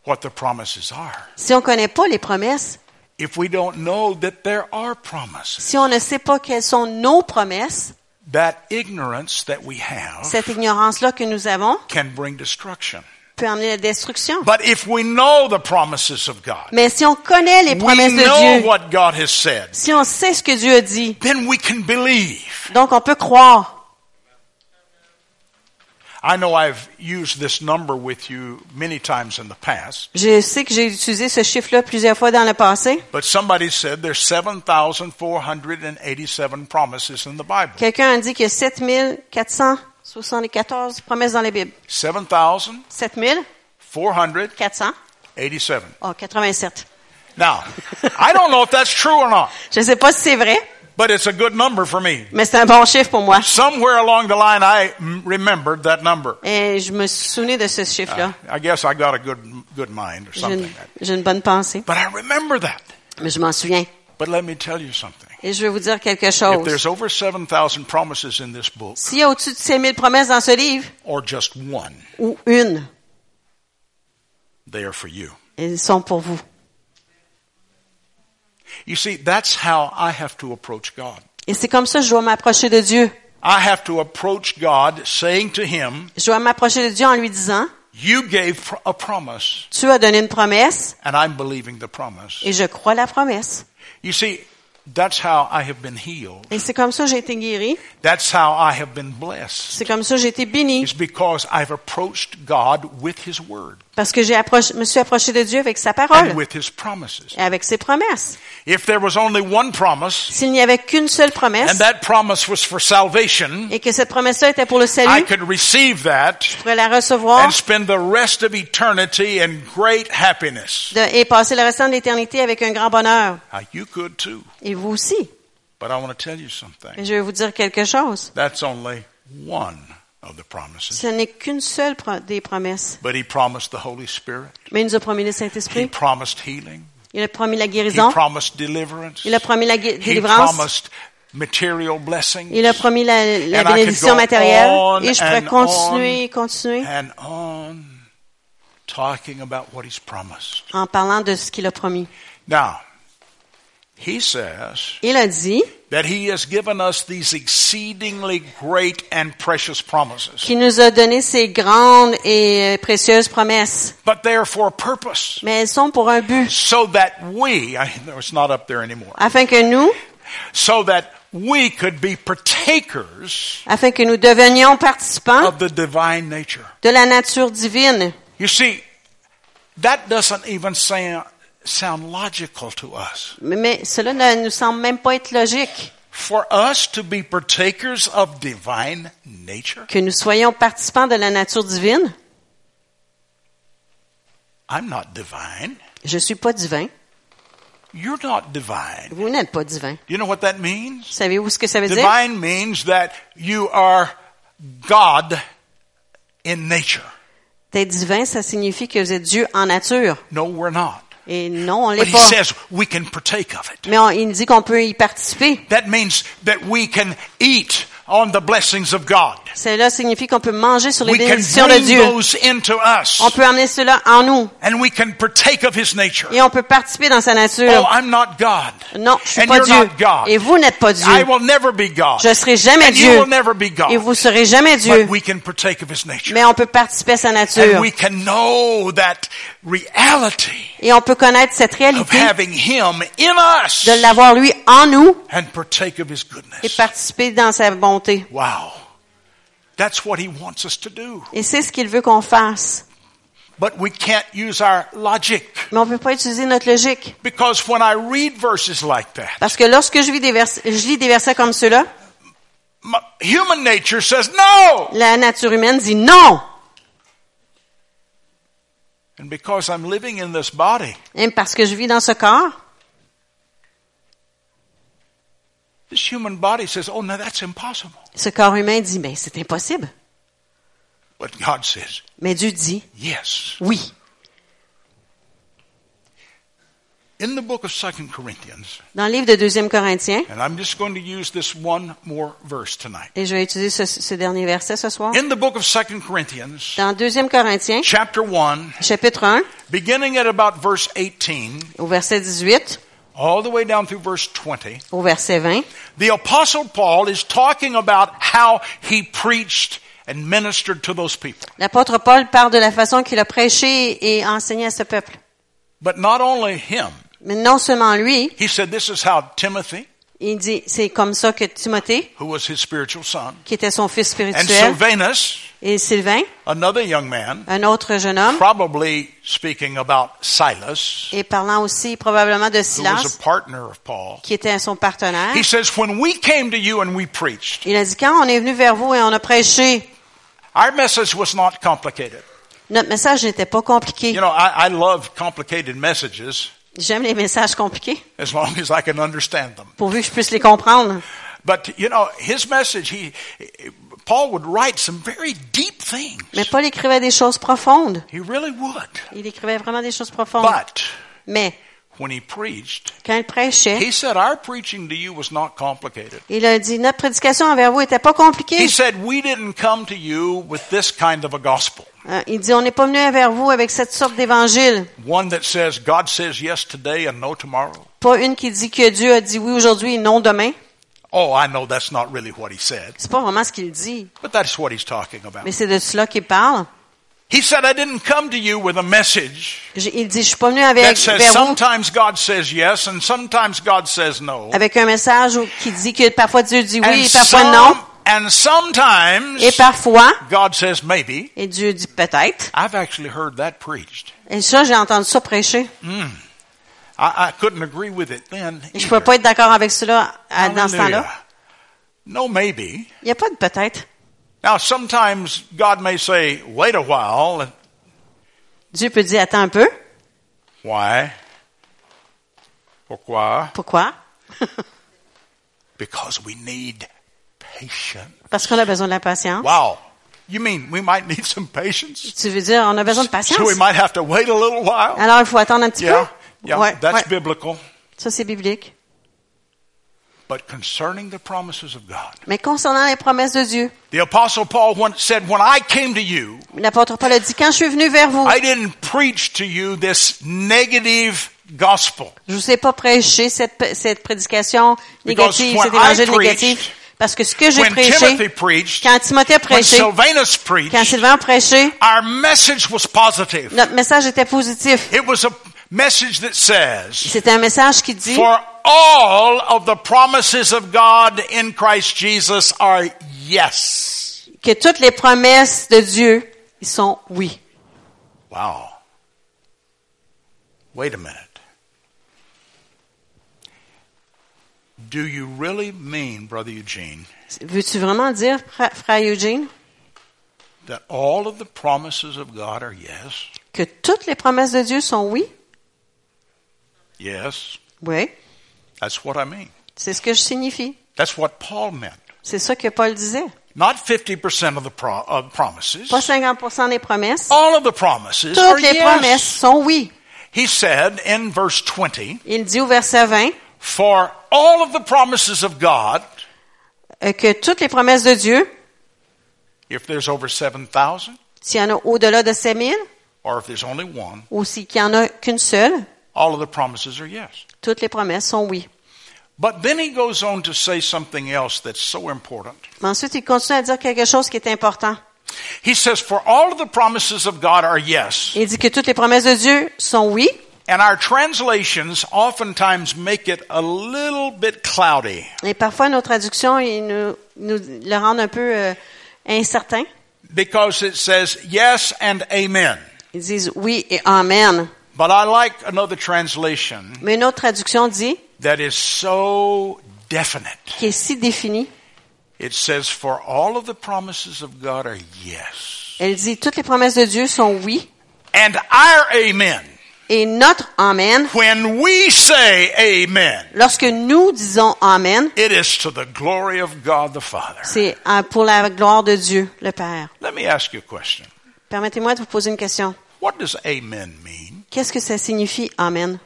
[SPEAKER 3] what the promises are,
[SPEAKER 2] Si on connaît pas les promesses,
[SPEAKER 3] if we don't know that there are promises,
[SPEAKER 2] si on ne sait pas quelles sont nos promesses,
[SPEAKER 3] that ignorance that we have
[SPEAKER 2] cette ignorance-là que nous avons
[SPEAKER 3] can bring destruction.
[SPEAKER 2] peut emmener la destruction.
[SPEAKER 3] But if we know the promises of God,
[SPEAKER 2] Mais si on connaît les
[SPEAKER 3] we
[SPEAKER 2] promesses
[SPEAKER 3] know
[SPEAKER 2] de Dieu,
[SPEAKER 3] what God has said,
[SPEAKER 2] si on sait ce que Dieu a dit,
[SPEAKER 3] then we can believe.
[SPEAKER 2] donc on peut croire.
[SPEAKER 3] I know I've used this number with you many times in the past,
[SPEAKER 2] Je sais que j'ai utilisé ce chiffre-là plusieurs fois dans le passé.
[SPEAKER 3] but somebody said there's 7,487 promises in the Bible.
[SPEAKER 2] Quelqu'un a dit qu'il y a 7474 promesses dans la Bible.
[SPEAKER 3] 7,487.
[SPEAKER 2] 7487. Oh, 87.
[SPEAKER 3] Now, I don't know if that's true or not,
[SPEAKER 2] Je ne sais pas si c'est vrai,
[SPEAKER 3] but it's a good number for me.
[SPEAKER 2] mais c'est un bon chiffre pour moi.
[SPEAKER 3] Somewhere along the line, I mm, remembered that number.
[SPEAKER 2] Et je me souvenais de ce
[SPEAKER 3] Uh,
[SPEAKER 2] chiffre-là.
[SPEAKER 3] I guess I got a good good mind or
[SPEAKER 2] J'ai
[SPEAKER 3] something.
[SPEAKER 2] une, j'ai une bonne pensée,
[SPEAKER 3] But I remember that.
[SPEAKER 2] mais je m'en souviens.
[SPEAKER 3] But let me tell you something.
[SPEAKER 2] Et je vais vous dire quelque
[SPEAKER 3] If
[SPEAKER 2] chose.
[SPEAKER 3] there's over 7,000 promises in this book,
[SPEAKER 2] S'il y a au-dessus de 5000 promesses dans ce livre,
[SPEAKER 3] or just one,
[SPEAKER 2] ou une,
[SPEAKER 3] they are for you.
[SPEAKER 2] elles sont pour vous.
[SPEAKER 3] You see, that's how I have to approach God.
[SPEAKER 2] Et c'est comme ça que je dois m'approcher de Dieu.
[SPEAKER 3] I have to approach God saying to Him,
[SPEAKER 2] Je dois m'approcher de Dieu en lui disant,
[SPEAKER 3] You gave pr- a promise,
[SPEAKER 2] tu as donné une promesse
[SPEAKER 3] and I'm believing the promise.
[SPEAKER 2] et je crois la promesse.
[SPEAKER 3] You see, that's how I have been healed.
[SPEAKER 2] Et c'est comme ça que j'ai été guéri.
[SPEAKER 3] That's how I have been blessed.
[SPEAKER 2] C'est comme ça que j'ai été béni
[SPEAKER 3] It's because I've approached God with His Word
[SPEAKER 2] parce que j'ai approché, me suis approché de Dieu avec sa
[SPEAKER 3] and
[SPEAKER 2] parole
[SPEAKER 3] with His promises.
[SPEAKER 2] et avec ses promesses.
[SPEAKER 3] If there was only one promise,
[SPEAKER 2] S'il n'y avait qu'une seule
[SPEAKER 3] and
[SPEAKER 2] promesse
[SPEAKER 3] that promise was for salvation,
[SPEAKER 2] et que cette promesse-là était pour le
[SPEAKER 3] I
[SPEAKER 2] salut, je
[SPEAKER 3] could receive that
[SPEAKER 2] pourrais la recevoir
[SPEAKER 3] and spend the rest of eternity in great happiness.
[SPEAKER 2] de- et passer le restant de l'éternité avec un grand bonheur.
[SPEAKER 3] Now, you could too,
[SPEAKER 2] Et vous aussi.
[SPEAKER 3] but I want to tell you
[SPEAKER 2] Mais
[SPEAKER 3] something.
[SPEAKER 2] je vais vous dire quelque chose.
[SPEAKER 3] That's only one of the promises.
[SPEAKER 2] Ce n'est qu'une seule pro- des promesses.
[SPEAKER 3] But He promised the Holy Spirit.
[SPEAKER 2] Mais il nous a promis le
[SPEAKER 3] He
[SPEAKER 2] Saint-Esprit.
[SPEAKER 3] promised healing.
[SPEAKER 2] Il a promis la
[SPEAKER 3] He
[SPEAKER 2] guérison.
[SPEAKER 3] promised deliverance.
[SPEAKER 2] Il a promis la gui-
[SPEAKER 3] He
[SPEAKER 2] délivrance.
[SPEAKER 3] promised material blessings.
[SPEAKER 2] Il a promis la, la
[SPEAKER 3] And I could
[SPEAKER 2] bénédiction
[SPEAKER 3] go
[SPEAKER 2] matérielle.
[SPEAKER 3] on
[SPEAKER 2] Et je
[SPEAKER 3] and
[SPEAKER 2] pourrais
[SPEAKER 3] on.
[SPEAKER 2] continuer, continuer
[SPEAKER 3] and on talking about what he's promised.
[SPEAKER 2] en parlant de ce qu'il a promis.
[SPEAKER 3] Now, he says
[SPEAKER 2] Il a dit
[SPEAKER 3] that he has given us these exceedingly great and precious promises,
[SPEAKER 2] qu'il nous a donné ces grandes et euh, précieuses promesses.
[SPEAKER 3] but they are for a purpose,
[SPEAKER 2] Mais elles sont pour un but.
[SPEAKER 3] so that we, I, no, it's not up there anymore,
[SPEAKER 2] Afin que nous,
[SPEAKER 3] so that we could be partakers
[SPEAKER 2] afin que nous devenions participants
[SPEAKER 3] of the divine nature.
[SPEAKER 2] de la nature divine.
[SPEAKER 3] You see, that doesn't even sound, sound logical to us.
[SPEAKER 2] Mais, mais cela ne nous semble même pas être logique.
[SPEAKER 3] For us to be partakers of divine nature,
[SPEAKER 2] Que nous soyons participants de la nature divine.
[SPEAKER 3] I'm not divine.
[SPEAKER 2] Je suis pas divin.
[SPEAKER 3] You're not divine.
[SPEAKER 2] Vous n'êtes pas divin.
[SPEAKER 3] You know what that means?
[SPEAKER 2] Savez-vous ce que ça veut dire?
[SPEAKER 3] Divine means that you are God in nature.
[SPEAKER 2] D'être divin, ça signifie que vous êtes Dieu en nature.
[SPEAKER 3] No, we're not.
[SPEAKER 2] Et non, on
[SPEAKER 3] But
[SPEAKER 2] l'est
[SPEAKER 3] he
[SPEAKER 2] pas.
[SPEAKER 3] says we can partake of it.
[SPEAKER 2] Mais on- il nous dit qu'on peut y participer.
[SPEAKER 3] That means that we can eat on the blessings of God.
[SPEAKER 2] Cela signifie qu'on peut manger sur les
[SPEAKER 3] We can
[SPEAKER 2] bénédictions de
[SPEAKER 3] bring
[SPEAKER 2] Dieu.
[SPEAKER 3] those into us.
[SPEAKER 2] On peut amener cela en nous
[SPEAKER 3] And we can partake of his nature.
[SPEAKER 2] et on peut participer dans sa
[SPEAKER 3] Oh,
[SPEAKER 2] nature.
[SPEAKER 3] I'm not God.
[SPEAKER 2] Non, je suis
[SPEAKER 3] Oh, and
[SPEAKER 2] pas
[SPEAKER 3] you're
[SPEAKER 2] Dieu.
[SPEAKER 3] not God.
[SPEAKER 2] Et vous n'êtes pas
[SPEAKER 3] I
[SPEAKER 2] Dieu.
[SPEAKER 3] will never be God.
[SPEAKER 2] Je serai jamais
[SPEAKER 3] and You
[SPEAKER 2] Dieu.
[SPEAKER 3] will never be God.
[SPEAKER 2] Et vous serez jamais Dieu.
[SPEAKER 3] But we can partake of His nature.
[SPEAKER 2] Mais on peut participer à sa
[SPEAKER 3] and
[SPEAKER 2] nature.
[SPEAKER 3] we can know that reality
[SPEAKER 2] Et on peut connaître cette
[SPEAKER 3] of
[SPEAKER 2] réalité
[SPEAKER 3] having Him in us
[SPEAKER 2] de l'avoir lui en nous
[SPEAKER 3] and partake of His
[SPEAKER 2] et
[SPEAKER 3] goodness.
[SPEAKER 2] participer dans sa bonté.
[SPEAKER 3] Wow. That's what he wants us to do.
[SPEAKER 2] Et c'est ce qu'il veut qu'on fasse.
[SPEAKER 3] But we can't use our logic.
[SPEAKER 2] Mais on ne peut pas utiliser notre logique.
[SPEAKER 3] Because when I read verses like that,
[SPEAKER 2] Parce que lorsque je, vis des vers- je lis des versets comme ceux-là,
[SPEAKER 3] my, human nature says no.
[SPEAKER 2] la nature humaine dit non.
[SPEAKER 3] And because I'm living in this body,
[SPEAKER 2] Et Hein, parce que je vis dans ce corps,
[SPEAKER 3] this human body says, oh no, that's impossible.
[SPEAKER 2] ce corps humain dit, mais c'est impossible.
[SPEAKER 3] But God says,
[SPEAKER 2] Mais Dieu dit,
[SPEAKER 3] yes.
[SPEAKER 2] oui.
[SPEAKER 3] In the book of Second Corinthians,
[SPEAKER 2] Dans le livre de 2 Corinthiens,
[SPEAKER 3] and I'm just going to use this one more verse tonight.
[SPEAKER 2] et je vais utiliser ce, ce dernier verset ce soir,
[SPEAKER 3] In the book of Second Corinthians,
[SPEAKER 2] dans 2 Corinthiens,
[SPEAKER 3] chapter 1,
[SPEAKER 2] chapitre 1,
[SPEAKER 3] beginning at about verse 18,
[SPEAKER 2] au verset 18,
[SPEAKER 3] all the way down through verse 20,
[SPEAKER 2] au verset 20,
[SPEAKER 3] the apostle Paul is talking about how he preached and ministered to those people.
[SPEAKER 2] l'apôtre Paul parle de la façon qu'il a prêché et enseigné à ce peuple.
[SPEAKER 3] But not only him.
[SPEAKER 2] Mais non seulement lui,
[SPEAKER 3] He said this is how Timothy,
[SPEAKER 2] il dit, c'est comme ça que Timothée,
[SPEAKER 3] who was his spiritual son,
[SPEAKER 2] qui était son fils
[SPEAKER 3] and
[SPEAKER 2] spirituel,
[SPEAKER 3] Silvanus,
[SPEAKER 2] et Sylvain,
[SPEAKER 3] another young man,
[SPEAKER 2] un autre jeune homme,
[SPEAKER 3] probably speaking about Silas,
[SPEAKER 2] et parlant aussi probablement de
[SPEAKER 3] who was
[SPEAKER 2] Silas,
[SPEAKER 3] a partner of Paul.
[SPEAKER 2] qui était son partenaire.
[SPEAKER 3] He says, when we came to you and we preached,
[SPEAKER 2] Il a dit, quand on est venu vers vous et on a prêché,
[SPEAKER 3] our message was not complicated.
[SPEAKER 2] notre message n'était pas compliqué.
[SPEAKER 3] You know, I, I love complicated messages
[SPEAKER 2] J'aime les messages compliqués,
[SPEAKER 3] as long as I can understand them.
[SPEAKER 2] pourvu que je puisse les comprendre.
[SPEAKER 3] But you know, his message, he, Paul would write some very deep things.
[SPEAKER 2] Mais Paul écrivait des choses profondes.
[SPEAKER 3] He really would.
[SPEAKER 2] Il écrivait vraiment des choses profondes.
[SPEAKER 3] But
[SPEAKER 2] Mais
[SPEAKER 3] when he preached,
[SPEAKER 2] quand il prêchait,
[SPEAKER 3] he said our preaching to you was not complicated.
[SPEAKER 2] il a dit, notre prédication envers vous n'était pas
[SPEAKER 3] He
[SPEAKER 2] compliquée.
[SPEAKER 3] said we didn't come to you with this kind of a gospel,
[SPEAKER 2] Euh, Il dit, on n'est pas venu vers vous avec cette sorte d'évangile.
[SPEAKER 3] one that says God says yes today and no tomorrow.
[SPEAKER 2] Pas une qui dit que Dieu a dit oui aujourd'hui et non demain.
[SPEAKER 3] Oh, I know that's not really what he said,
[SPEAKER 2] C'est pas vraiment ce qu'il dit,
[SPEAKER 3] but that's what he's talking about.
[SPEAKER 2] mais c'est de cela qu'il parle.
[SPEAKER 3] He said I didn't come to you with a message
[SPEAKER 2] Je- il dit, je suis pas venu avec,
[SPEAKER 3] that says
[SPEAKER 2] vers vous
[SPEAKER 3] sometimes God says yes and sometimes God says no.
[SPEAKER 2] avec un message où- qui dit que parfois Dieu dit oui
[SPEAKER 3] and,
[SPEAKER 2] et parfois non.
[SPEAKER 3] some- and sometimes
[SPEAKER 2] Et parfois,
[SPEAKER 3] God says maybe.
[SPEAKER 2] et Dieu dit peut-être.
[SPEAKER 3] I've actually heard that preached.
[SPEAKER 2] Et ça, j'ai entendu ça prêcher.
[SPEAKER 3] I, I couldn't agree with it then.
[SPEAKER 2] Et je
[SPEAKER 3] either.
[SPEAKER 2] peux pas être d'accord avec cela à- dans ce
[SPEAKER 3] Hallelujah.
[SPEAKER 2] temps-là.
[SPEAKER 3] No, maybe.
[SPEAKER 2] Il n'y a pas de peut-être.
[SPEAKER 3] Now, sometimes God may say, wait a while.
[SPEAKER 2] Dieu peut dire, attends un peu.
[SPEAKER 3] Why? Pourquoi?
[SPEAKER 2] Pourquoi?
[SPEAKER 3] Because we need patience.
[SPEAKER 2] Parce qu'on a besoin de la patience.
[SPEAKER 3] Wow. You mean we might need some patience?
[SPEAKER 2] Tu veux dire, on a besoin de patience.
[SPEAKER 3] So we might have to wait a little while?
[SPEAKER 2] Alors, il faut attendre un petit
[SPEAKER 3] Yeah.
[SPEAKER 2] peu.
[SPEAKER 3] Yeah.
[SPEAKER 2] Ouais,
[SPEAKER 3] that's
[SPEAKER 2] ouais.
[SPEAKER 3] biblical.
[SPEAKER 2] Ça, c'est biblique.
[SPEAKER 3] But concerning the promises of God,
[SPEAKER 2] Mais concernant les promesses de Dieu,
[SPEAKER 3] the Apostle Paul once said, When I came to you,
[SPEAKER 2] l'apôtre Paul a dit, quand je suis venu vers vous,
[SPEAKER 3] I didn't preach to you this negative gospel.
[SPEAKER 2] je vous ai pas prêché cette, cette prédication
[SPEAKER 3] Because
[SPEAKER 2] négative,
[SPEAKER 3] when
[SPEAKER 2] cet évangile
[SPEAKER 3] I preached,
[SPEAKER 2] négatif. Parce que ce que j'ai
[SPEAKER 3] When Timothy
[SPEAKER 2] prêché,
[SPEAKER 3] preached,
[SPEAKER 2] quand Timothée a
[SPEAKER 3] when
[SPEAKER 2] prêché,
[SPEAKER 3] Silvanus preached,
[SPEAKER 2] quand Sylvain a prêché,
[SPEAKER 3] our message was positive.
[SPEAKER 2] notre message était positif.
[SPEAKER 3] It was a message that says,
[SPEAKER 2] C'était un message qui dit,
[SPEAKER 3] For all of the promises of God in Christ Jesus are yes.
[SPEAKER 2] que toutes les promesses de Dieu, ils sont oui.
[SPEAKER 3] Wow. Wait a minute. Do you really mean, Brother Eugene,
[SPEAKER 2] Veux-tu vraiment dire, fra- frère Eugene,
[SPEAKER 3] that all of the promises of God are yes?
[SPEAKER 2] que toutes les promesses de Dieu sont oui?
[SPEAKER 3] Yes.
[SPEAKER 2] Oui.
[SPEAKER 3] That's what I mean.
[SPEAKER 2] C'est ce que je signifie.
[SPEAKER 3] That's what Paul meant.
[SPEAKER 2] C'est ça que Paul disait.
[SPEAKER 3] Not 50% of the pro- of promises.
[SPEAKER 2] Pas 50% des promesses.
[SPEAKER 3] All of the promises are
[SPEAKER 2] Toutes les promesses
[SPEAKER 3] yes.
[SPEAKER 2] sont oui.
[SPEAKER 3] He said in verse 20,
[SPEAKER 2] Il dit au verset 20
[SPEAKER 3] for all of the promises of God,
[SPEAKER 2] euh, que toutes les promesses de Dieu,
[SPEAKER 3] if there's over 7,000
[SPEAKER 2] s'il y en a au-delà de 5000
[SPEAKER 3] or if there's only one,
[SPEAKER 2] ou s'il n'y en a qu'une seule,
[SPEAKER 3] all of the promises are yes.
[SPEAKER 2] toutes les promesses sont oui.
[SPEAKER 3] But then he goes on to say something else that's so important.
[SPEAKER 2] Mais ensuite, il continue à dire quelque chose qui est important.
[SPEAKER 3] He says, for all of the promises of God are yes.
[SPEAKER 2] Il dit que toutes les promesses de Dieu sont oui,
[SPEAKER 3] And our translations oftentimes make it a little bit cloudy.
[SPEAKER 2] Et parfois, nos traductions, ils nous, nous le rendent un peu euh, incertain.
[SPEAKER 3] because it says yes and amen.
[SPEAKER 2] Ils disent oui et amen.
[SPEAKER 3] But I like another translation
[SPEAKER 2] Mais une autre traduction dit,
[SPEAKER 3] that is so definite.
[SPEAKER 2] qui est si définie,
[SPEAKER 3] It says, For all of the promises of God are yes.
[SPEAKER 2] elle dit toutes les promesses de Dieu sont oui
[SPEAKER 3] And our amen,
[SPEAKER 2] et notre amen.
[SPEAKER 3] when we say amen,
[SPEAKER 2] Lorsque nous disons amen,
[SPEAKER 3] it is to the glory of God the Father.
[SPEAKER 2] c'est euh, pour la gloire de Dieu, le Père.
[SPEAKER 3] Let me ask you a question.
[SPEAKER 2] Permettez-moi de vous poser une question.
[SPEAKER 3] What does amen mean?
[SPEAKER 2] Qu'est-ce que ça signifie amen?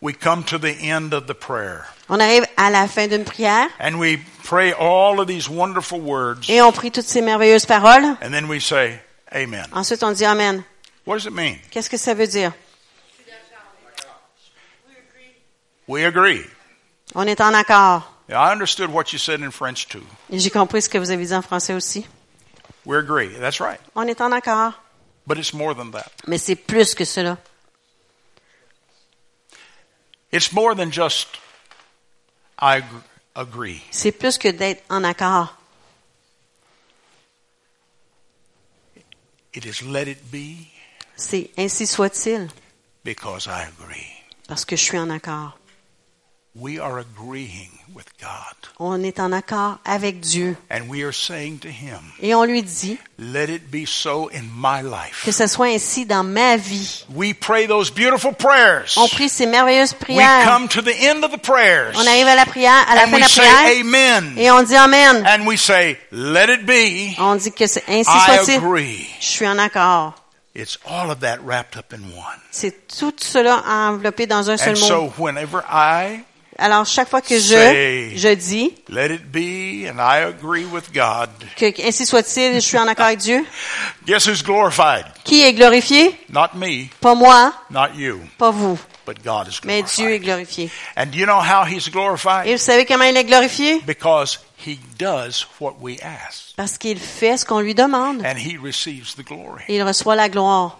[SPEAKER 3] We come to the end of the prayer
[SPEAKER 2] On arrive à la fin d'une prière
[SPEAKER 3] and we pray all of these wonderful words
[SPEAKER 2] et on prie toutes ces merveilleuses paroles.
[SPEAKER 3] and then we say amen.
[SPEAKER 2] Ensuite, on dit amen.
[SPEAKER 3] What does it mean?
[SPEAKER 2] Qu'est-ce que ça veut dire?
[SPEAKER 3] We agree.
[SPEAKER 2] On est en accord.
[SPEAKER 3] Yeah, I understood what you said in French too.
[SPEAKER 2] J'ai compris ce que vous avez dit en français aussi.
[SPEAKER 3] We agree. That's right.
[SPEAKER 2] On est en accord.
[SPEAKER 3] But it's more than that.
[SPEAKER 2] Mais c'est plus que cela.
[SPEAKER 3] It's more than just I ag- agree.
[SPEAKER 2] C'est plus que d'être en accord.
[SPEAKER 3] It is let it be
[SPEAKER 2] C'est ainsi soit-il,
[SPEAKER 3] because I agree.
[SPEAKER 2] parce que je suis en accord.
[SPEAKER 3] We are agreeing with God
[SPEAKER 2] On est en accord avec Dieu.
[SPEAKER 3] and we are saying to him,
[SPEAKER 2] Et on lui dit
[SPEAKER 3] let it be so in my
[SPEAKER 2] que
[SPEAKER 3] life.
[SPEAKER 2] ce soit ainsi dans ma vie.
[SPEAKER 3] We pray those beautiful prayers.
[SPEAKER 2] On prie ces merveilleuses
[SPEAKER 3] We
[SPEAKER 2] prières.
[SPEAKER 3] come to the end of the prayers
[SPEAKER 2] Oh, On arrive à la prière, à la
[SPEAKER 3] and
[SPEAKER 2] fin de
[SPEAKER 3] we
[SPEAKER 2] la
[SPEAKER 3] say
[SPEAKER 2] prière,
[SPEAKER 3] amen.
[SPEAKER 2] et on dit Amen.
[SPEAKER 3] And we say, let it be.
[SPEAKER 2] On dit que c'est ainsi
[SPEAKER 3] I
[SPEAKER 2] soit-il.
[SPEAKER 3] agree.
[SPEAKER 2] Je suis en accord.
[SPEAKER 3] It's all of that wrapped up in one.
[SPEAKER 2] C'est tout cela enveloppé dans un seul
[SPEAKER 3] And
[SPEAKER 2] mot.
[SPEAKER 3] so whenever I
[SPEAKER 2] Alors, chaque fois que je,
[SPEAKER 3] Say.
[SPEAKER 2] je dis
[SPEAKER 3] let it be and I agree with God,
[SPEAKER 2] que ainsi soit-il, je suis en accord avec Dieu,
[SPEAKER 3] guess who's glorified?
[SPEAKER 2] qui est glorifié?
[SPEAKER 3] Not me,
[SPEAKER 2] Pas moi,
[SPEAKER 3] not you,
[SPEAKER 2] pas vous,
[SPEAKER 3] but God is
[SPEAKER 2] mais Dieu est
[SPEAKER 3] glorified.
[SPEAKER 2] glorifié.
[SPEAKER 3] And do you know how he's glorified?
[SPEAKER 2] Et vous savez comment il est glorifié?
[SPEAKER 3] Because he does what we ask
[SPEAKER 2] Parce qu'il fait ce qu'on lui demande.
[SPEAKER 3] and he receives the glory.
[SPEAKER 2] Et il reçoit la gloire.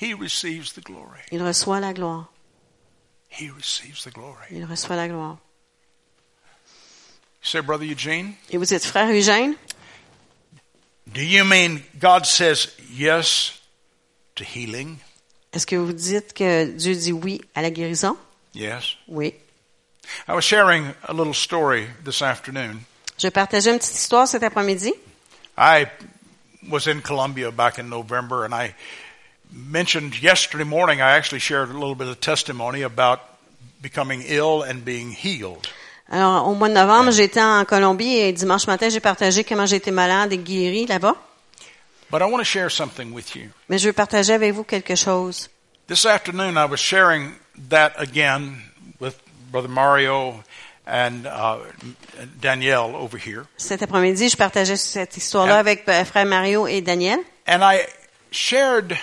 [SPEAKER 3] He receives the glory.
[SPEAKER 2] Il reçoit la gloire.
[SPEAKER 3] He receives the glory. You
[SPEAKER 2] Il reçoit la gloire.
[SPEAKER 3] say, Brother Eugene,
[SPEAKER 2] Et vous êtes frère Eugène?
[SPEAKER 3] do you mean God says yes to healing?
[SPEAKER 2] Est-ce que vous dites que Dieu dit oui à la guérison?
[SPEAKER 3] Yes.
[SPEAKER 2] Oui.
[SPEAKER 3] I was sharing a little story this afternoon.
[SPEAKER 2] Je partageais une petite histoire cet après-midi.
[SPEAKER 3] I was in Colombia back in November, and I mentioned yesterday morning, I actually shared a little bit of testimony about becoming ill and being healed.
[SPEAKER 2] Alors, au mois de novembre, j'étais en Colombie et dimanche matin, j'ai partagé comment j'étais malade et guérie là-bas.
[SPEAKER 3] But I want to share something with you.
[SPEAKER 2] Mais je veux partager avec vous quelque chose.
[SPEAKER 3] This afternoon, I was sharing that again with Brother Mario and uh, Danielle over here.
[SPEAKER 2] Cet après-midi, je partageais cette
[SPEAKER 3] Ah.
[SPEAKER 2] histoire-là avec euh, frère Mario et Daniel.
[SPEAKER 3] And I shared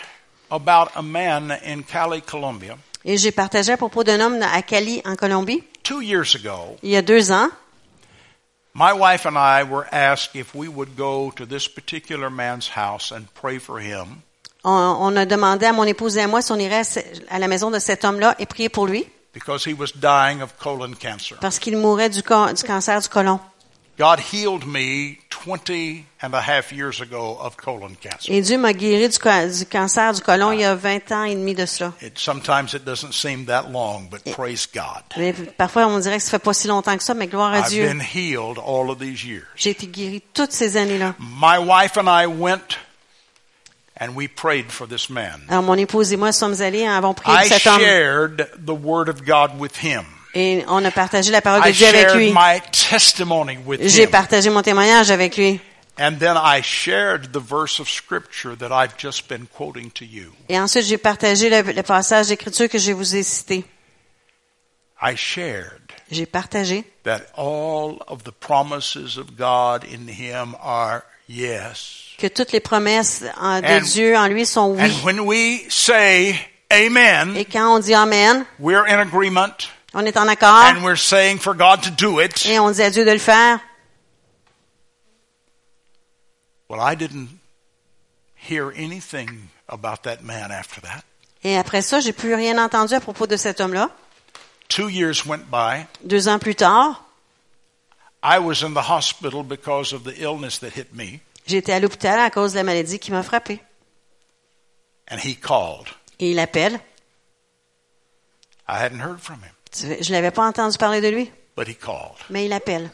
[SPEAKER 3] about a man in Cali, Colombia,
[SPEAKER 2] Et j'ai partagé à propos d'un homme à Cali, en Colombie,
[SPEAKER 3] two years ago.
[SPEAKER 2] il y a deux ans.
[SPEAKER 3] My wife and I were asked if we would go to this particular man's house and pray for him.
[SPEAKER 2] On, on a demandé à mon épouse et à moi si on irait à, ce- à la maison de cet homme-là et prier pour lui
[SPEAKER 3] because he was dying of colon cancer.
[SPEAKER 2] parce qu'il mourait du, can- du cancer du côlon.
[SPEAKER 3] God healed me 20 and a half years ago of colon cancer.
[SPEAKER 2] Et Dieu m'a guéri du, ca- du cancer du côlon
[SPEAKER 3] Ah.
[SPEAKER 2] il y a 20 ans et demi de cela.
[SPEAKER 3] It, sometimes it doesn't seem that long, but praise God.
[SPEAKER 2] Mais parfois, on dirait que ça fait pas si longtemps que ça, mais gloire à
[SPEAKER 3] I've
[SPEAKER 2] Dieu.
[SPEAKER 3] been healed all of these years.
[SPEAKER 2] J'ai été guérie toutes ces années-là.
[SPEAKER 3] My wife and I went and we prayed for this man.
[SPEAKER 2] Alors, mon épouse et moi sommes allés et avons prié
[SPEAKER 3] I
[SPEAKER 2] pour cet homme.
[SPEAKER 3] shared the word of God with him.
[SPEAKER 2] Et on a partagé la parole de
[SPEAKER 3] I
[SPEAKER 2] Dieu avec lui.
[SPEAKER 3] shared my testimony with
[SPEAKER 2] J'ai
[SPEAKER 3] him.
[SPEAKER 2] partagé mon témoignage avec lui.
[SPEAKER 3] And then I shared the verse of scripture that I've just been quoting to you.
[SPEAKER 2] Et ensuite, j'ai partagé le, le passage d'écriture que je vous ai cité.
[SPEAKER 3] I shared
[SPEAKER 2] J'ai partagé
[SPEAKER 3] that all of the promises of God in him are yes.
[SPEAKER 2] que toutes les promesses en- de
[SPEAKER 3] And-
[SPEAKER 2] Dieu en lui sont
[SPEAKER 3] And
[SPEAKER 2] oui.
[SPEAKER 3] when we say amen,
[SPEAKER 2] Et quand on dit Amen,
[SPEAKER 3] we're in agreement
[SPEAKER 2] on est en accord
[SPEAKER 3] and we're saying for God to do it.
[SPEAKER 2] Ah. et on dit à Dieu de le faire.
[SPEAKER 3] Well, I didn't hear anything about that man after that.
[SPEAKER 2] Et après ça, j'ai plus rien entendu à propos de cet homme-là.
[SPEAKER 3] Two years went by.
[SPEAKER 2] Deux ans plus tard,
[SPEAKER 3] I was in the hospital because of the illness that hit me,
[SPEAKER 2] J'étais à l'hôpital à cause de la maladie qui m'a frappée.
[SPEAKER 3] and he called.
[SPEAKER 2] Et il appelle.
[SPEAKER 3] I hadn't heard from him,
[SPEAKER 2] Tu- Je l'avais pas entendu parler de lui,
[SPEAKER 3] but he called.
[SPEAKER 2] mais il appelle.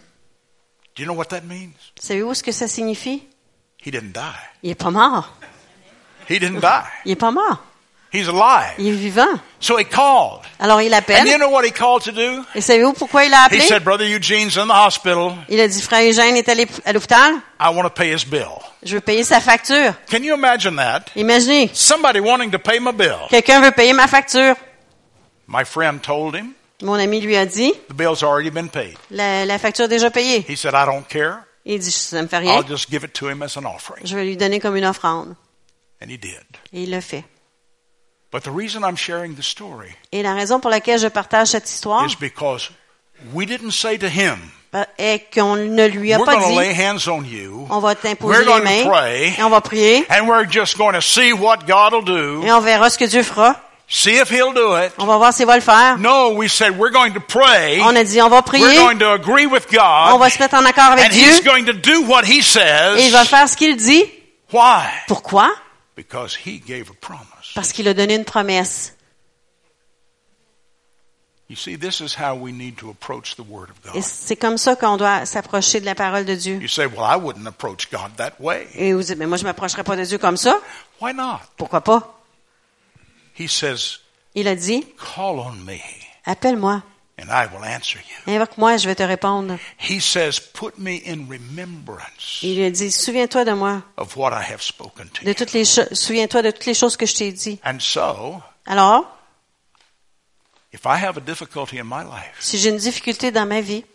[SPEAKER 3] Do you know what that means?
[SPEAKER 2] Savez-vous ce que ça signifie?
[SPEAKER 3] He didn't die.
[SPEAKER 2] Il est pas mort.
[SPEAKER 3] He didn't die.
[SPEAKER 2] Il est pas mort.
[SPEAKER 3] He's alive.
[SPEAKER 2] Il est vivant.
[SPEAKER 3] So he called.
[SPEAKER 2] Alors il appelle.
[SPEAKER 3] And you know what he called to do?
[SPEAKER 2] Et savez-vous pourquoi il a
[SPEAKER 3] He
[SPEAKER 2] appelé?
[SPEAKER 3] said, Brother Eugene's in the hospital.
[SPEAKER 2] Il a dit, frère Eugène est allé à l'hôpital.
[SPEAKER 3] I want to pay his bill.
[SPEAKER 2] Je veux payer sa facture.
[SPEAKER 3] Can you imagine that?
[SPEAKER 2] Imaginez,
[SPEAKER 3] Somebody wanting to pay my bill.
[SPEAKER 2] quelqu'un veut payer ma facture.
[SPEAKER 3] My friend told him
[SPEAKER 2] Mon ami lui a dit,
[SPEAKER 3] the bill's already been paid.
[SPEAKER 2] la, la facture est déjà payée.
[SPEAKER 3] He said, I don't care.
[SPEAKER 2] Il dit, ça me fait rien.
[SPEAKER 3] I'll just give it to him as an offering.
[SPEAKER 2] Je vais lui donner comme une offrande.
[SPEAKER 3] And he did.
[SPEAKER 2] Et il le fait.
[SPEAKER 3] But the reason I'm sharing the story
[SPEAKER 2] Et la raison pour laquelle je partage cette histoire
[SPEAKER 3] is because we didn't say to him,
[SPEAKER 2] est qu'on ne lui a
[SPEAKER 3] We're
[SPEAKER 2] pas
[SPEAKER 3] going to lay
[SPEAKER 2] dit,
[SPEAKER 3] hands on you.
[SPEAKER 2] on va
[SPEAKER 3] We're
[SPEAKER 2] t'imposer les
[SPEAKER 3] going to
[SPEAKER 2] mains,
[SPEAKER 3] pray.
[SPEAKER 2] et on va prier,
[SPEAKER 3] And we're just going to see what God will do,
[SPEAKER 2] et on verra ce que Dieu fera.
[SPEAKER 3] see if He'll do it.
[SPEAKER 2] On va voir s'il va le faire.
[SPEAKER 3] No, we said we're going to pray.
[SPEAKER 2] On a dit, on va
[SPEAKER 3] We're
[SPEAKER 2] prier,
[SPEAKER 3] going to agree with God.
[SPEAKER 2] on va se mettre en accord avec
[SPEAKER 3] and He's
[SPEAKER 2] Dieu,
[SPEAKER 3] going to do what He
[SPEAKER 2] et il va
[SPEAKER 3] says.
[SPEAKER 2] faire ce qu'il dit.
[SPEAKER 3] Why?
[SPEAKER 2] Pourquoi?
[SPEAKER 3] Because He gave a promise.
[SPEAKER 2] Parce qu'il a donné une promesse.
[SPEAKER 3] You see, this is how we need to approach the Word of
[SPEAKER 2] Et
[SPEAKER 3] God.
[SPEAKER 2] c'est comme ça qu'on doit s'approcher de la parole de Dieu.
[SPEAKER 3] You say, well, I wouldn't approach God that way.
[SPEAKER 2] Et vous dites, mais moi, je m'approcherai pas de Dieu comme ça.
[SPEAKER 3] Why not?
[SPEAKER 2] Pourquoi pas?
[SPEAKER 3] He says,
[SPEAKER 2] Il a dit,
[SPEAKER 3] call on me
[SPEAKER 2] appelle-moi,
[SPEAKER 3] and I will answer you.
[SPEAKER 2] invoque-moi, je vais te répondre.
[SPEAKER 3] He says, put me in remembrance
[SPEAKER 2] Il lui a dit, souviens-toi de moi,
[SPEAKER 3] of what I have spoken to
[SPEAKER 2] de
[SPEAKER 3] you.
[SPEAKER 2] toutes les cho- souviens-toi de toutes les choses que je t'ai dit.
[SPEAKER 3] And so,
[SPEAKER 2] Alors,
[SPEAKER 3] if I have a difficulty in my life,
[SPEAKER 2] si j'ai une difficulté dans ma vie,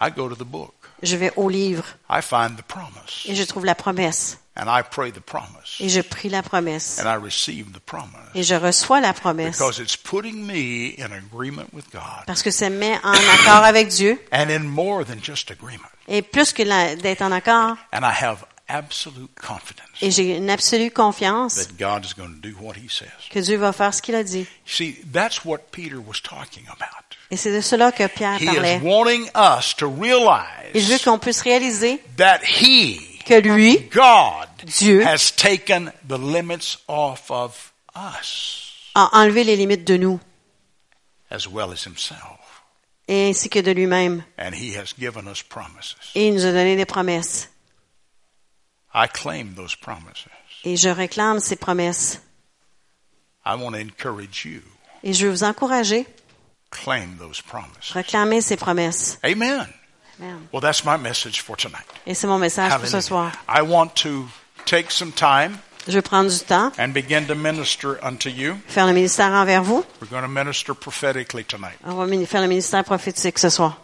[SPEAKER 3] I go to the book.
[SPEAKER 2] je vais au livre
[SPEAKER 3] I find the promise
[SPEAKER 2] et je trouve la promesse
[SPEAKER 3] and I pray the promise
[SPEAKER 2] et je prie la promesse
[SPEAKER 3] and I receive the promise
[SPEAKER 2] et je reçois la promesse
[SPEAKER 3] because it's putting me in agreement with God
[SPEAKER 2] parce que ça me met en accord avec Dieu
[SPEAKER 3] and in more than just agreement.
[SPEAKER 2] et plus que la- d'être en accord
[SPEAKER 3] And I have absolute confidence
[SPEAKER 2] et j'ai une absolue confiance
[SPEAKER 3] that God is going to do what he says.
[SPEAKER 2] que Dieu va faire ce qu'il a dit.
[SPEAKER 3] See, that's what Peter was talking about.
[SPEAKER 2] Et c'est de cela que Pierre
[SPEAKER 3] He
[SPEAKER 2] parlait.
[SPEAKER 3] is wanting us to
[SPEAKER 2] Il veut
[SPEAKER 3] realize
[SPEAKER 2] qu'on puisse réaliser
[SPEAKER 3] that he,
[SPEAKER 2] que lui,
[SPEAKER 3] God,
[SPEAKER 2] Dieu,
[SPEAKER 3] has taken the limits off of us
[SPEAKER 2] a enlevé les limites de nous,
[SPEAKER 3] as well as himself.
[SPEAKER 2] et ainsi que de lui-même,
[SPEAKER 3] And he has given us promises.
[SPEAKER 2] et il nous a donné des promesses.
[SPEAKER 3] I claim those promises.
[SPEAKER 2] Et je réclame ces promesses.
[SPEAKER 3] I want to encourage you.
[SPEAKER 2] Et je veux vous encourager,
[SPEAKER 3] Claim those promises.
[SPEAKER 2] réclamez ces promesses.
[SPEAKER 3] Amen.
[SPEAKER 2] Amen.
[SPEAKER 3] Well, that's my message for tonight.
[SPEAKER 2] Et c'est mon message pour ce soir.
[SPEAKER 3] Hallelujah. I want to take some time
[SPEAKER 2] Je veux prendre du temps,
[SPEAKER 3] and begin to minister unto you.
[SPEAKER 2] faire le ministère envers vous.
[SPEAKER 3] We're going to minister prophetically tonight.
[SPEAKER 2] On va mini- faire le ministère prophétique ce soir.